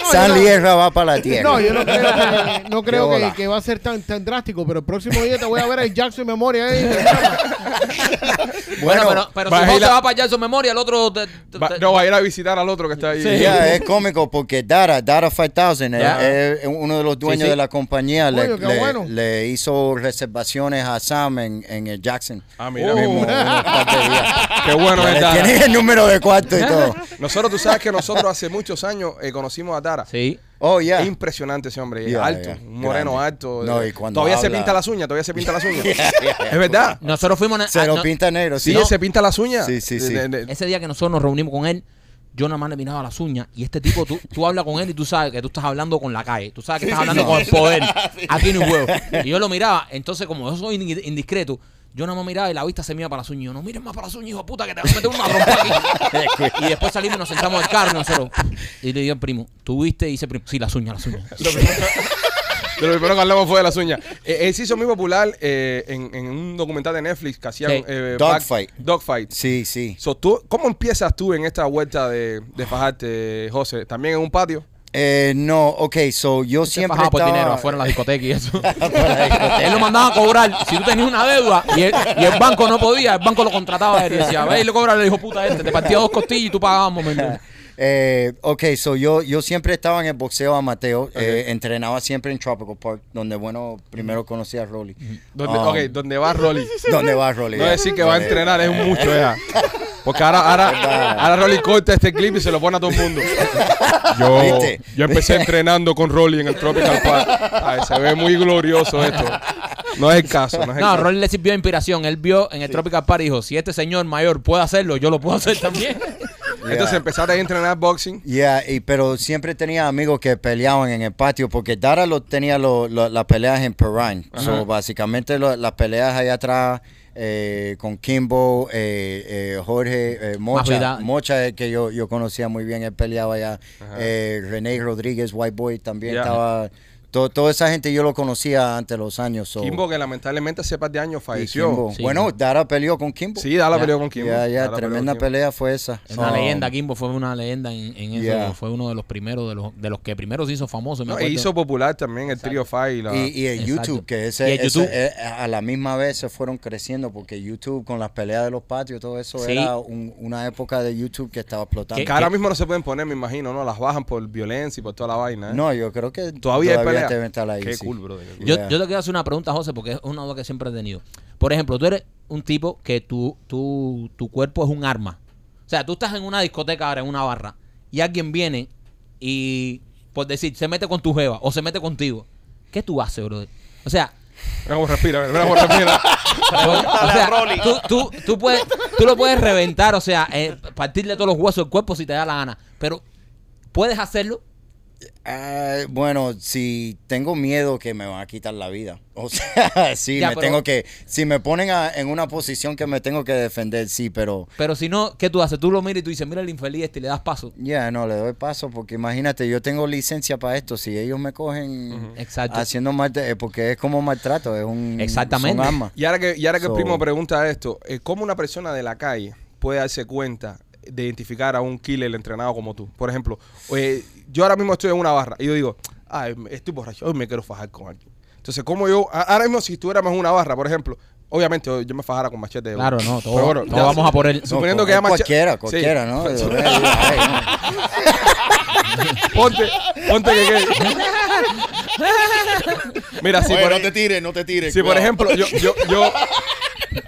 San Lierra va para la tierra. No, yo no creo que, no creo Qué que- bola. que va a ser tan, tan drástico, pero el próximo día te voy a ver el Jackson Memoria. <laughs> ahí. Bueno, Bueno, pero, pero va a si ir José la- va para allá en su memoria, el otro. te- te- Va- te- no, va a ir a visitar al otro que está ahí. Yeah, es cómico porque Dara, Dara 5000, es- Ya. eh, es uno de los dueños sí. de la compañía, le, Coño, qué le- bueno. le hizo reservaciones a Sam en, en el Jackson. <laughs> Ah, mira, Oh. <laughs> mismo. Unos par de días. Qué bueno es Le Dara. tienen el número de cuarto y <laughs> todo. Nosotros, tú sabes que nosotros hace muchos años eh, conocimos a Dara. Sí. Oh, yeah. Impresionante ese hombre, eh, Yeah, alto, yeah. un moreno Grande. alto. No, eh, y cuando todavía se habla- pinta las uñas, todavía se pinta las <laughs> uñas. Es verdad. Nosotros fuimos. en- Se ah, lo no- pinta negro. Sí, sí. se pinta las uñas. Sí, sí, sí. De- de- de- Ese día que nosotros nos reunimos con él, yo nada más le miraba las uñas y este tipo, tú, tú hablas con él y tú sabes que tú estás hablando con la calle, tú sabes que estás hablando con el poder. Aquí no hay huevo. Y yo lo miraba, entonces como yo soy indi- indiscreto, yo nada más miraba y la vista se me iba para las uñas. Yo, no mires más para las uñas, hijo de puta, que te vas a meter una trompa aquí. y después salimos y nos sentamos en el carro y nosotros. Y le digo al primo, ¿tú viste? Y dice, primo, sí, las uñas, las uñas. de lo primero que hablamos fue de las uñas. Eh, él se hizo muy popular eh, en, en un documental de Netflix que hacían... Sí. eh, Dogfight. back- Dogfight. Sí, sí. So, tú- ¿Cómo empiezas tú en esta vuelta de, de fajarte, José? ¿También en un patio? Eh, no, ok, so yo Se siempre fajaba por estaba- dinero afuera de la discoteca y <laughs> eso. él lo mandaba a cobrar. Si tú tenías una deuda y el, y el banco no podía, el banco lo contrataba a él y decía, ve y le cobra le dijo puta este, te partía dos costillas y tú pagabas un momento. Eh, ok, so yo, yo siempre estaba en el boxeo amateur. eh, entrenaba siempre en Tropical Park, donde, bueno, primero conocí a Rolly. ¿Dónde, Um, ok, ¿dónde va Rolly? ¿Dónde va Rolly? No decir que va a Donde- entrenar, es un mucho, ya. Porque ahora, ahora, ahora Rolly corta este clip y se lo pone a todo el mundo. Yo, ¿Viste? yo empecé entrenando con Rolly en el Tropical Park. Ay, se ve muy glorioso esto. No es el caso, no es el No, caso. Rolly le sirvió de inspiración. Él vio en el Tropical Park y dijo, si este señor mayor puede hacerlo, yo lo puedo hacer <laughs> también. Entonces empezaste a entrenar boxing. Yeah, y, pero siempre tenía amigos que peleaban en el patio porque Dara lo tenía lo- lo- las peleas en Perrine. So, básicamente lo- las peleas allá atrás eh, con Kimbo, eh, eh, Jorge, eh, Mocha, Masvidal. Mocha eh, que yo, yo conocía muy bien, él peleaba allá. Eh, René Rodríguez, White Boy, también Yeah. estaba To- toda esa gente yo lo conocía antes de los años. so- Kimbo, que lamentablemente hace par de años y falleció. Kimbo. Sí. Bueno, Dara peleó con Kimbo. Sí, da la Ya. pelea con Kimbo. Da Ya, ya, la pelea tremenda con Kimbo. pelea fue esa. Es una So, leyenda, Kimbo fue una leyenda en, en eso. Oh. Yeah. Fue uno de los primeros, de los, de los que primero se hizo famoso. Me No, e acuerdo. hizo popular también el trío Fire. Y la... Y, y el Exacto. YouTube, que Y ese, el YouTube. ese, eh, a la misma vez se fueron creciendo porque YouTube con las peleas de los patios, todo eso Sí. era un- una época de YouTube que estaba explotando. ¿Qué- que ahora mismo no se pueden poner, me imagino, ¿no? Las bajan por violencia y por toda la vaina. ¿eh? No, yo creo que todavía, hay pelea. deben estar ahí, Qué sí. cool, brother. Yo, Yeah. yo te quiero hacer una pregunta, José, porque es una duda que siempre he tenido. Por ejemplo, tú eres un tipo que tu, tu, tu cuerpo es un arma. O sea, tú estás en una discoteca ahora, en una barra, y alguien viene y, por decir, se mete con tu jeva o se mete contigo. ¿Qué tú haces, brother? O sea, Mira cómo respira, mira cómo <laughs> respira. o Pregúntale sea, a Rolly. tú, tú, tú puedes, tú lo puedes reventar, o sea, eh, partirle todos los huesos del cuerpo si te da la gana. Pero, ¿puedes hacerlo? Ah, bueno, si tengo miedo que me van a quitar la vida. <laughs> O sea, sí, Ya, me pero- tengo que. Si me ponen a- en una posición que me tengo que defender, sí, pero. Pero si no, ¿qué tú haces? Tú lo miras y tú dices, mira el infeliz este y le das paso. Ya, no, le doy paso porque imagínate, yo tengo licencia para esto. Si ellos me cogen Exacto. haciendo maltrato, porque es como maltrato, es un. Exactamente. son armas. Y ahora que, y ahora que So- el primo pregunta esto, eh, ¿cómo una persona de la calle puede darse cuenta de identificar a un killer entrenado como tú? Por ejemplo, eh, yo ahora mismo estoy en una barra y yo digo, ay, me- estoy borracho, hoy me quiero fajar con alguien. Entonces, ¿cómo yo, a- ahora mismo si estuviéramos en una barra, por ejemplo, obviamente yo yo me fajara con machete. Claro, no, Pero todos, bueno, todos ya- vamos a por él. No, Suponiendo co- que haya machete- Cualquiera, Sí. <laughs> cualquiera, <laughs> ¿no? De verdad, ay, no. Ponte, ponte que... <laughs> que- Mira, si Oye, por, no te tires, no te tires. si por cuidado. ejemplo, yo, yo, yo,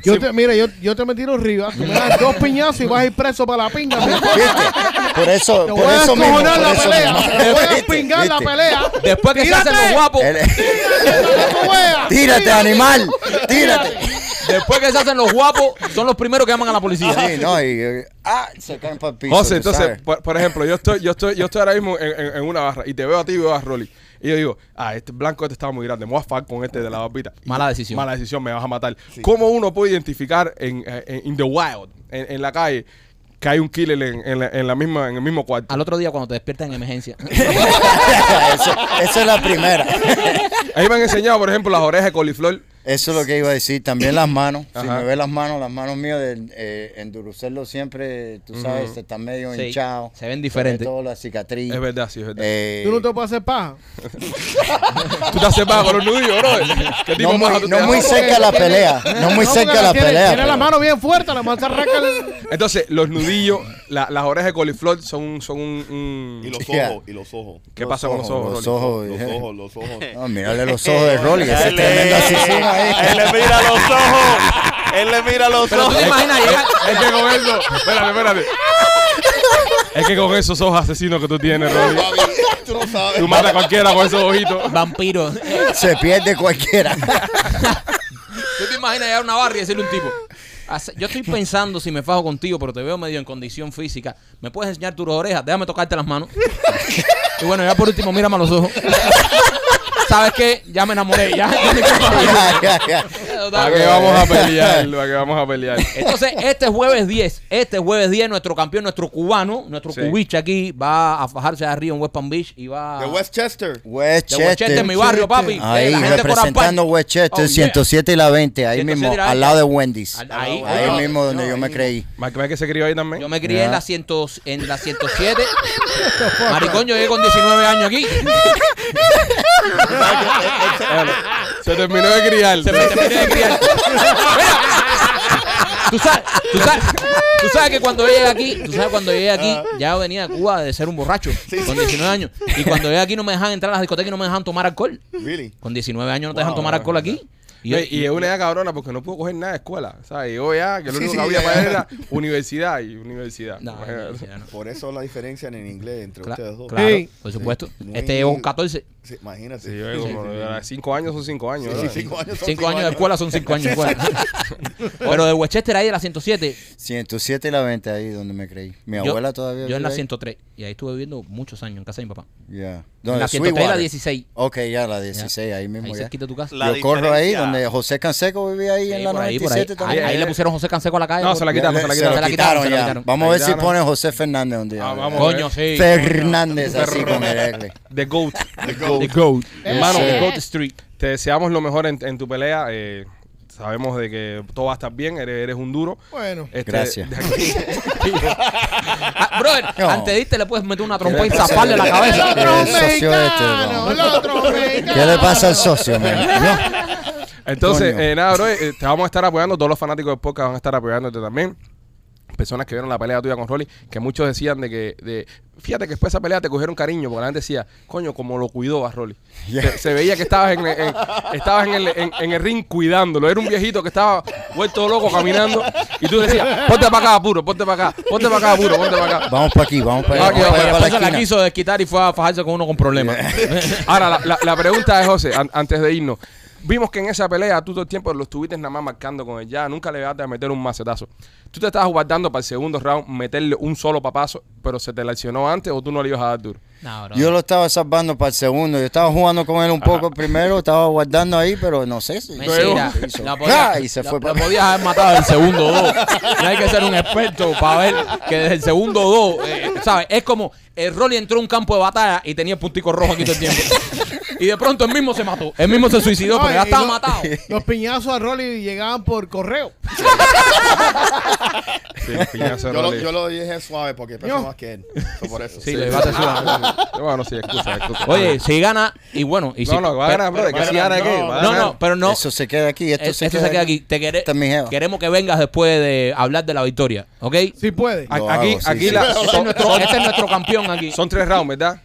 Yo Sí. te, mira, yo, yo te me tiro arriba, tú me das dos piñazos y vas a ir preso para la pinga. mi amor. ¿Viste? Por eso, Te por voy a eso mismo. descojonar por la eso pelea, mismo. te voy a <laughs> ¿Viste? pingar la ¿Viste? pelea. Después que se hacen los guapos, Él- ¡Tú veas! Tírate, animal, tírate. después que se hacen los guapos, son los primeros que llaman a la policía. Sí, no, y, eh, ah, se caen para el piso. José, tú entonces, sabes. <laughs> por, por ejemplo, yo estoy, yo estoy, yo estoy ahora mismo en, en- en una barra y te veo a ti y veo a Rolly. Y yo digo, ah, este blanco este estaba muy grande, me voy a fajar con este de la barbita. Y- <laughs> Mala decisión. Mala decisión, me vas a matar. ¿Cómo uno puede identificar en, eh, en- in the wild, en, en la calle, que hay un killer en, en la, en la misma, en el mismo cuarto? Al otro día cuando te despiertan en emergencia. Eso- esa es la primera. Ahí me han enseñado, por ejemplo, las orejas de coliflor. Eso es lo que iba a decir. También las manos. Si Ajá. me ves las manos, las manos mías de eh, endurecerlo siempre, tú sabes, se están medio Sí, hinchado. se ven diferentes. Sobre Todo la cicatriz. Es verdad, sí, es verdad. Eh, Tú no te puedes hacer paja. Tú te haces bajo con los nudillos, <laughs> bro. ¿Qué tipo no más muy, tú no te das? muy cerca la pelea. No muy No, cerca porque la tiene, pelea. Tiene la pero- mano bien fuerte, la mano se arranca <laughs> el... Entonces, los nudillos, la- las orejas de coliflor son, un- son un... un- Y los ojos, Yeah. y los ojos. ¿Qué pasa con los ojos, Los Rolly? ojos. Los eh. ojos, <laughs> los ojos. No, mírale los ojos de Rolly. Ese es Él le- tremendo asesino Él ahí. le mira los ojos. Él le mira los Pero tú ojos. te imaginas llegar. Es que con eso, espérate, espérate. Es que con esos ojos asesinos que tú tienes, Rolly, Papi, tú no sabes. tú matas a cualquiera con esos ojitos. Vampiro. Se <laughs> pierde cualquiera. Tú te imaginas llegar a una barra y decirle a un tipo. "Hace- Yo estoy pensando si me fajo contigo, pero te veo medio en condición física. ¿Me puedes enseñar tus orejas? Déjame tocarte las manos. Y bueno, ya por último, mírame a los ojos. ¿Sabes qué? Ya me enamoré. Ya, ya me Ya, ya, ya. ¿Para qué vamos a pelear? ¿Para qué vamos a pelear? Entonces, este jueves 10, este jueves 10, nuestro campeón, nuestro cubano, nuestro Sí. cubiche aquí, va a fajarse arriba en West Palm Beach y Ah. va. De Westchester. De Westchester, Westchester. en mi barrio, papi. Eh, Ahí, la gente por representando Ampar. Westchester, Oh, yeah. 107 y la 20, ahí 107 y mismo, la 20. al lado de Wendy's. Al- Ahí, ahí. No, mismo donde no, yo ahí me mismo. creí. ¿Más que se crió ahí también? Yo me crié Ya. en, la 100 en la 107. <laughs> Maricón, yo llegué con 19 años aquí. Se terminó de criar. Se me terminé de <laughs> criar. Mira, tú sabes, tú sabes, tú sabes que cuando llegué aquí, tú sabes cuando llegué aquí, Ah. ya yo venía de Cuba de ser un borracho con 19 años. Y cuando llegué aquí no me dejaban entrar a las discotecas y no me dejaban tomar alcohol. Really. Con 19 años no te dejan Wow. tomar alcohol aquí. No, Y, y es una edad cabrona porque no pudo coger nada de escuela. ¿Sabes? Llegó ya, que lo Sí, único sí, que había ya, para él ya. era universidad y universidad. No, Imagínate. no, no, no. Por eso la diferencia en el inglés entre Cla- ustedes dos. claro, Sí. por supuesto. Muy- Este llevó un 14. Sí, imagínate. Sí, yo digo, como, era cinco años son cinco años. Sí, ¿verdad? sí, cinco años. son 5 años de escuela son 5 años de escuela. <laughs> Pero de Westchester ahí de la 107, 107 y la 20, ahí donde me creí. Mi Yo- abuela todavía. yo en la vive ahí. 103. y ahí estuve viviendo muchos años en casa de mi papá. Yeah. En la 103 y la Sweetwater. 16. 16. Ok, ya la 16, ahí mismo. Ahí ya. cerquita de tu casa. La Yo corro ahí diferencia- donde José Canseco vivía ahí Sí, en la por ahí, por 97 ahí. también. Ahí- ahí le pusieron José Canseco a la calle. No, por- se la quitaron, se la Se quitaron. lo quitaron se la ya. eh. quitaron. Vamos a ver si Quitaron. pone José Fernández un día. Ah, vamos. Coño, sí. Fernández, así con el R. The GOAT. The goat. Eh, Hermano, Eh, Sí. The GOAT Street. Te deseamos lo mejor en, en tu pelea. eh, sabemos de que todo va a estar bien. Eres, eres un duro. Bueno. Este, Gracias. de aquí- Ah, brother, No. antes de irte le puedes meter una trompa y Gracias. zaparle la El cabeza. otro es un El socio mexicano, este, el otro es mexicano. ¿Qué le pasa al socio, man? Entonces, Coño. eh, nada, bro, eh, te vamos a estar apoyando. Todos los fanáticos de podcast van a estar apoyándote también. Personas que vieron la pelea tuya con Rolly, que muchos decían de que. de- fíjate que después de esa pelea te cogieron cariño, porque la gente decía, coño, como lo cuidó a Rolly. <laughs> Yeah. Se, se veía que estabas, en, en- estabas en, el, en, en el ring cuidándolo. Era un viejito que estaba vuelto loco caminando. Y tú decías, ponte para acá, puro, ponte para acá, ponte para acá, puro, ponte para acá. Vamos para aquí, vamos para Vamos allá, aquí, Después se vamos para allá, para Ah, la la esquina. quiso desquitar y fue a fajarse con uno con <laughs> problemas. Ahora, la, la- la pregunta es, José, an- antes de irnos. Vimos que en esa pelea tú todo el tiempo lo estuviste nada más marcando con el ya, nunca le vas a meter un macetazo. ¿Tú te estabas guardando para el segundo round meterle un solo papazo, pero se te lesionó antes o tú no le ibas a dar duro? No, bro. Yo lo estaba salvando para el segundo. Yo estaba jugando con él un poco primero, estaba guardando ahí, pero no sé si. Mentira. Luego hizo, La ¡ja! podía- y se la- fue la para podías haber matado el segundo dos. No hay que ser un experto para ver que desde el segundo dos, eh, ¿sabes? Es como el Rolly entró a un campo de batalla y tenía el puntico rojo aquí todo el tiempo. Y de pronto él mismo se mató. Él mismo se suicidó, No, pero ya y estaba lo- matado. <laughs> Los piñazos a Rolly llegaban por correo. Sí, el piñazo de Yo lo, Rolly. yo lo dije suave porque peso Yo. más que él. So, por eso. Sí, le vas a hacer una- <laughs> Bueno, sí, excusa, excusa. Oye, si gana, y bueno, y si. no, no, va a ganar, bro. ¿Que si gana qué? Va a No, ganar. no, pero no. Eso se queda aquí. Esto, Eh, se, queda aquí. Te quere- Esta Este es mi jeva. Queremos que vengas después de hablar de la victoria, ¿ok? Si puede. A- Lo Aquí, hago, sí, aquí sí. la- Este, es son, nuestro, este es nuestro campeón aquí. son tres rounds, ¿verdad?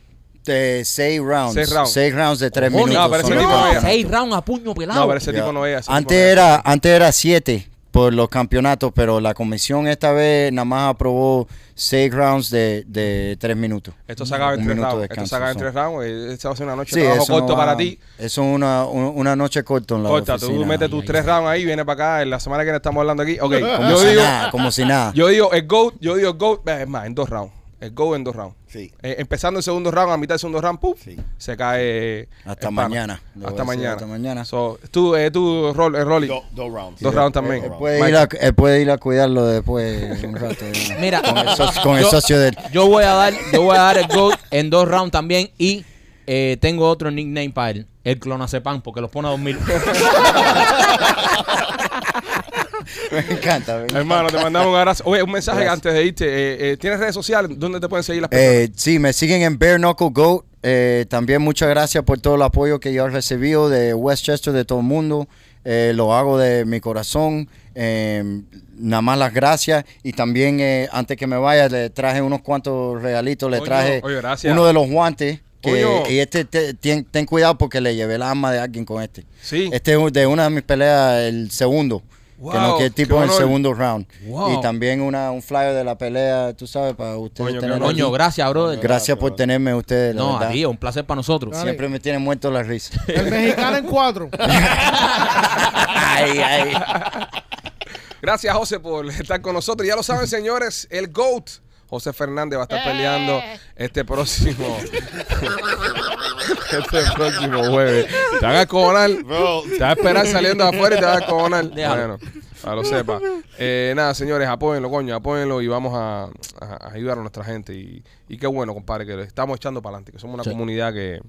De seis rounds. Seis rounds. de tres Cojones, minutos. no, pero ese son tipo los no campeonatos. era. Seis rounds a puño pelado. No, pero ese Ya. tipo no es. ese Antes tipo no es. era, antes era siete por los campeonatos, pero la comisión esta vez nada más aprobó seis rounds de, de tres minutos. Esto se acaba en Un tres minuto de rounds. Esto se descanso, acaba en son. tres rounds. eh, Esta va a ser una noche Sí, de trabajo eso no corto va- para ti. Eso es una, un- una noche corta en la Corta, tú oficina. metes tus Ay, tres ay, rounds ahí, vienes para acá, en la semana que estamos hablando aquí. <laughs> Ok, <laughs> Como yo si digo, nada, como si nada. yo digo el GOAT, yo digo el GOAT, eh, es más, en dos rounds. El GOAT en dos rounds. Sí. Eh, empezando el segundo round, a mitad del segundo round, ¡puf! Sí. Se cae. eh, Hasta el pana. mañana. Le voy a Hasta decir, mañana. hasta mañana. So, tú, eh, tú, Rol- eh, Rolly. Do- dos rounds. Dos rounds también. Él Dos rounds. puede, ir a, él puede ir a cuidarlo después un rato. ya. Mira. con el socio, con el Yo- socio del. Yo voy a dar, yo voy a dar el GOAT en dos rounds también y eh, tengo otro nickname para él, el clonacepan, porque los pone a dormir. <laughs> Me encanta. me encanta. Hermano, te mandamos un abrazo. Oye, un mensaje Gracias. antes de irte. eh, eh, ¿Tienes redes sociales? ¿Dónde te pueden seguir las personas? Eh, sí, me siguen en Bare Knuckle Goat. Eh, también muchas gracias por todo el apoyo que yo he recibido de Westchester, de todo el mundo. Eh, lo hago de mi corazón. Eh, nada más las gracias. Y también, eh, antes que me vaya, le traje unos cuantos regalitos. Le Coño, traje oye, gracias. oh. uno de los guantes. que- Coño. y este, te- ten, ten cuidado porque le llevé la arma de alguien con este. sí. Este es de una de mis peleas, el segundo. Wow, que no, que el qué tipo en el honor. segundo round. Wow. Y también una, un flyer de la pelea, tú sabes, para ustedes Coño, qué tenerlo Coño, aquí. gracias, brother. Gracias por tenerme ustedes, la No, verdad. a ti, es un placer para nosotros. Dale. Siempre me tienen muerto <laughs> la risa. El mexicano en cuatro. ay, ay. Gracias, José, por estar con nosotros. Ya lo saben, señores, el GOAT. José Fernández va a estar peleando este próximo. este próximo jueves. Te van a cojonar. Bro. Te van a esperar saliendo afuera y te van a cojonar. Déjalo. Bueno, para lo sepa. Eh, nada, señores, apóyenlo, coño, apóyenlo y vamos a, a- a ayudar a nuestra gente. Y, y qué bueno, compadre, que lo estamos echando para adelante, que somos una Sí. comunidad que,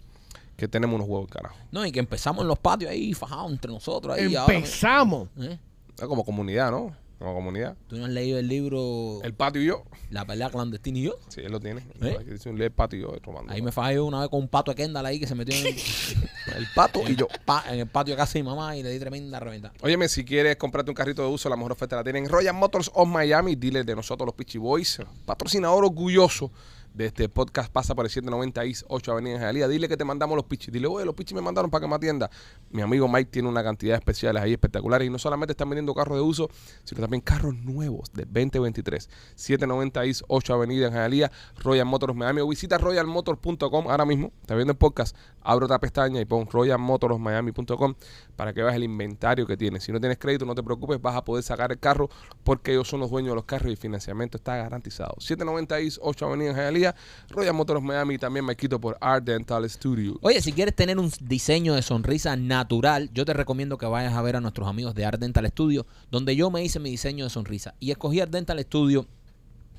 que tenemos unos huevos, carajo. No, y que empezamos en los patios ahí, fajados entre nosotros. Ahí, ahora, Empezamos. ¿eh? Como comunidad, ¿no? Como comunidad. ¿Tú no has leído el libro El patio y yo. La pelea clandestina y yo? Sí, él lo tiene. ¿Eh? Aquí dice un ley patio y yo tomando. Ahí me fajé yo una vez con un pato de Kendall ahí que se metió en el, <laughs> el pato y yo pa- en el patio de casa de mi mamá y le di tremenda reventa. Óyeme, si quieres comprarte un carrito de uso, la mejor oferta la tienen en Royal Motors of Miami, dealer de nosotros los Pitchy Boys, patrocinador orgulloso de este podcast, pasa por el 790 East 8 Avenida en Jalía. Dile que te mandamos los Pitchy. Dile, oye, los Pitchy me mandaron para que me atienda. Mi amigo Mike tiene una cantidad de especiales ahí espectaculares y no solamente están vendiendo carros de uso, sino también carros nuevos del 2023. 790 East 8 Avenida en Jalía, Royal Motors Miami o visita royalmotors.com ahora mismo. Está viendo el podcast, abre otra pestaña y pon royalmotorsmiami.com para que veas el inventario que tienes. Si no tienes crédito, no te preocupes, vas a poder sacar el carro porque ellos son los dueños de los carros y el financiamiento está garantizado. 790 East 8 Avenida en Hialeah, Lía, Royal Motors Miami y también me quito por Art Dental Studio. Oye, si quieres tener un diseño de sonrisa natural, yo te recomiendo que vayas a ver a nuestros amigos de Art Dental Studio, donde yo me hice mi diseño de sonrisa. Y escogí Art Dental Studio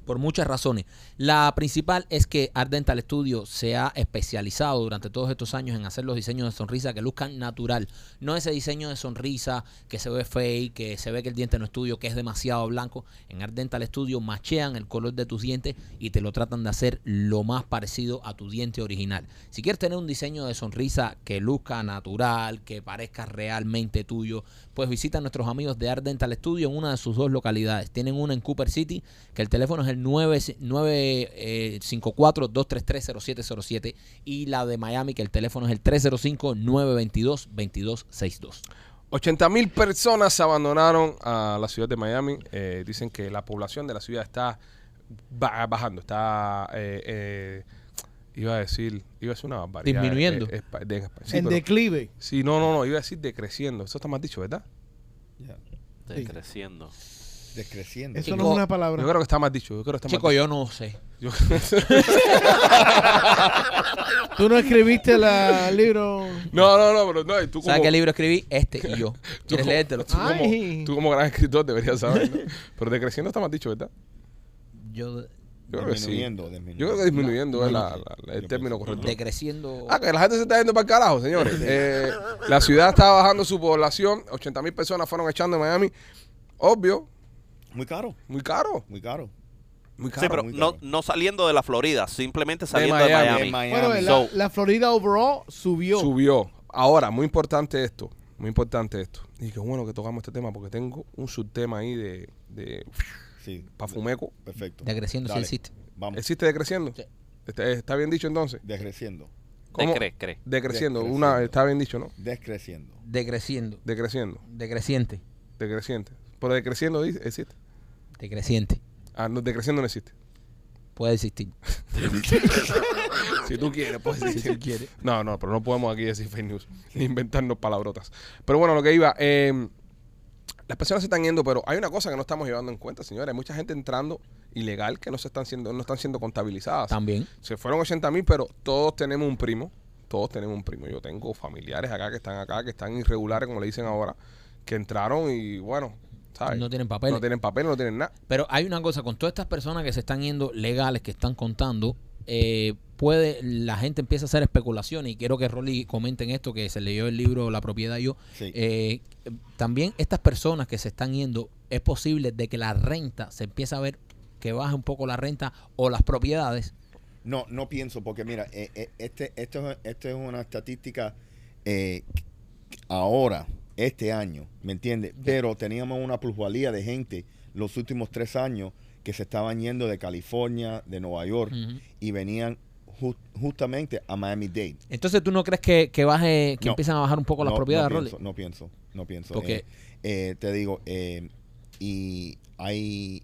por muchas razones. La principal es que Art Dental Studio se ha especializado durante todos estos años en hacer los diseños de sonrisa que luzcan natural. No ese diseño de sonrisa que se ve fake, que se ve que el diente no es tuyo, que es demasiado blanco. En Art Dental Studio machean el color de tus dientes y te lo tratan de hacer lo más parecido a tu diente original. Si quieres tener un diseño de sonrisa que luzca natural, que parezca realmente tuyo, pues visita a nuestros amigos de Art Dental Studio en una de sus dos localidades. Tienen una en Cooper City, que el teléfono es el eh, 954-233-0707 y la de Miami, que el teléfono es el 305-922-2262. 80 mil personas abandonaron a la ciudad de Miami. Eh, dicen que la población de la ciudad está ba- bajando, está. eh, eh, iba a decir, iba a decir una barbaridad. Disminuyendo. Eh, eh, espa- de- sí, en pero- declive. sí, no, no, no, iba a decir decreciendo. Eso está mal dicho, ¿verdad? Ya, Decreciendo. Descreciendo. Eso Chico, no es una Yo palabra. creo que está mal dicho. Yo creo que está Chico, mal yo no sé. dicho. <laughs> Tú no escribiste la- <laughs> el libro. no, no, no, pero no, y tú como, ¿Sabes qué libro escribí? Este y <laughs> yo. tú ¿Quieres como- leértelo? Tú como, Ay. tú como gran escritor deberías saber, ¿no? Pero decreciendo está mal dicho, ¿verdad? Yo Yo creo que sí. Yo Disminuyendo, creo que disminuyendo. disminuyendo es la- la- la- el Yo término pienso- correcto. decreciendo. Ah, que la gente se está yendo para el carajo, señores. Eh, la ciudad está bajando su población. 80 mil personas fueron echando en Miami. Obvio, Muy caro, muy caro. muy caro. Muy caro. Sí, pero muy no, caro. no saliendo de la Florida, simplemente saliendo de Miami. Miami. En Miami. Bueno, la, So- la Florida overall subió. Subió. Ahora, muy importante esto. Muy importante esto. Y qué bueno que tocamos este tema porque tengo un subtema ahí de, de sí. Pafumeco. Perfecto. Decreciendo sí Dale, existe. Vamos. ¿Existe decreciendo? Sí. Está, Este, está bien dicho entonces. Decreciendo. ¿Cómo? Decre- cre. Decreciendo. Decreciendo. Una, está bien dicho, ¿no? Descreciendo. Decreciendo. Decreciendo. Decreciente. Decreciente. Pero decreciendo dice- existe. Decreciente. Ah, no, decreciendo no existe. Puede existir. Si tú quieres, pues si tú quieres. <laughs> No, no, pero no podemos aquí decir fake news <laughs> ni inventarnos palabrotas. Pero bueno, lo que iba, eh, las personas se están yendo, pero hay una cosa que no estamos llevando en cuenta, señores. Hay mucha gente entrando ilegal que no se están siendo, no están siendo contabilizadas. También. Se fueron 80 mil, pero todos tenemos un primo. Todos tenemos un primo. Yo tengo familiares acá que están acá, que están irregulares, como le dicen ahora, que entraron y bueno, ¿sabes? No tienen papeles. No tienen papel, no tienen nada. Pero hay una cosa, con todas estas personas que se están yendo legales, que están contando, eh, puede, la gente empieza a hacer especulaciones y quiero que Rolly comenten esto, que se leyó el libro La propiedad yo. Sí. Eh, también estas personas que se están yendo, es posible de que la renta se empiece a ver que baje un poco la renta o las propiedades. No, no pienso, porque mira, eh, eh, este, esto, es- esto es una estadística eh, ahora, este año, ¿me entiendes? Pero teníamos una plusvalía de gente los últimos tres años que se estaban yendo de California, de Nueva York, Mm. y venían ju- justamente a Miami-Dade. Entonces, ¿tú no crees que, que baje, que No. empiezan a bajar un poco las No, propiedades, no Rolly? pienso, no pienso, no pienso. Porque- Eh, eh, te digo, eh, y hay,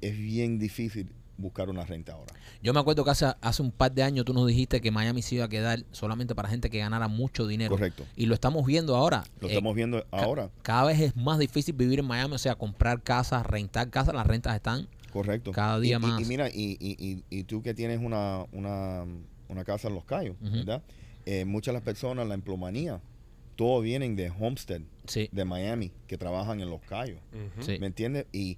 es bien difícil buscar una renta ahora. Yo me acuerdo que hace, hace un par de años tú nos dijiste que Miami se iba a quedar solamente para gente que ganara mucho dinero. Correcto. Y lo estamos viendo ahora. Lo Eh, estamos viendo ca- ahora, Cada vez es más difícil vivir en Miami, o sea, comprar casas, rentar casas, las rentas están. correcto. cada Y- día y- más. Y, mira, y, y, y, y tú que tienes una, una, una casa en Los Cayos, Ujú. ¿verdad? Eh, muchas de las personas, la emplomanía, todos vienen de Homestead, Sí, de Miami, que trabajan en Los Cayos, sí. ¿me entiendes? Y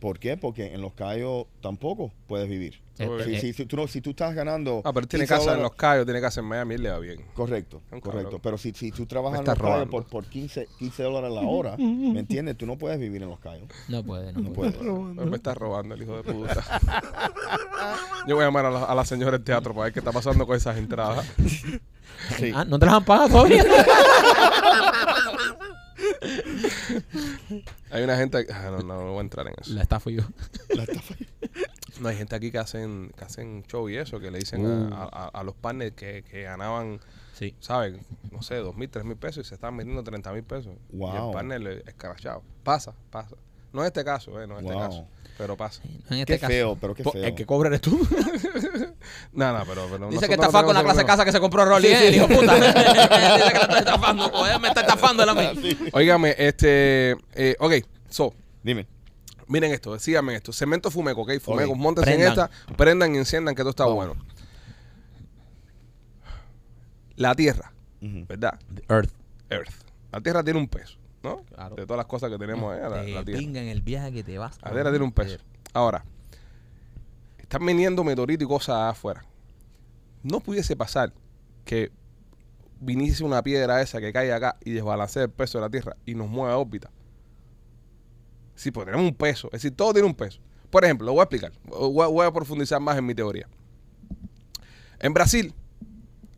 ¿por qué? Porque en Los Cayos tampoco puedes vivir. Eh, Obvio. Si, eh, si- si tú, no- si tú estás ganando... Pues, Ah, pero él tiene 15 casa en dólares- Los Cayos, tiene casa en Miami, él le va bien. Correcto, Un correcto. cabrón. Pero si, si tú Me trabajas en estás los callos robando. por, por 15, 15 dólares la hora, ¿me entiendes? Tú no puedes vivir en los callos. no puede, no, No puede. <laughs> puedes. Pues Me está robando el hijo de puta. <laughs> Yo voy a llamar a la, a la señora del teatro para ver qué está pasando con esas entradas. Sí. Ah, ¿no te las han pagado todavía? <laughs> Hay una gente. Ah, no, no, no voy a entrar en eso. la estafa yo. No, hay gente aquí que hacen, que hacen show y eso, que le dicen a, a- a los partners que, que ganaban, Sí. ¿sabes? No sé, dos mil, tres mil pesos y se están vendiendo 30 mil pesos. Y el Wow. partner le- escarachado. Pasa, pasa. No en este caso, eh, no en este Wow. caso. Pero pasa. En este Qué caso. feo, pero qué Po- feo. El que cobra eres tú. <laughs> No, no, pero. pero Dice nosotros que no estafa con la tenemos ese clase de problema. casa que se compró Rolly. eh, el hijo de <laughs> puta. Dice que la está estafando. pues, joder, me está estafando la mía. Óigame, este. eh, ok, so. Dime. Miren esto, síganme en esto. Cemento Fumeco, ¿ok? Fumeco, Ok, montense en prendan. esta, prendan y enciendan que todo está bueno. La tierra, Ujú. ¿verdad? Earth. Earth. La tierra tiene un peso, ¿no? Claro. De todas las cosas que tenemos, eh, la, la Te tierra. pinga en el viaje que te vas. este La tierra tiene un peso. Ahora, están viniendo meteoritos y cosas afuera. No pudiese pasar que viniese una piedra esa que cae acá y desbalancee el peso de la Tierra y nos mueva de órbita. Sí, pues tenemos un peso. Es decir, todo tiene un peso. Por ejemplo, lo voy a explicar. Voy a, voy a profundizar más en mi teoría. En Brasil,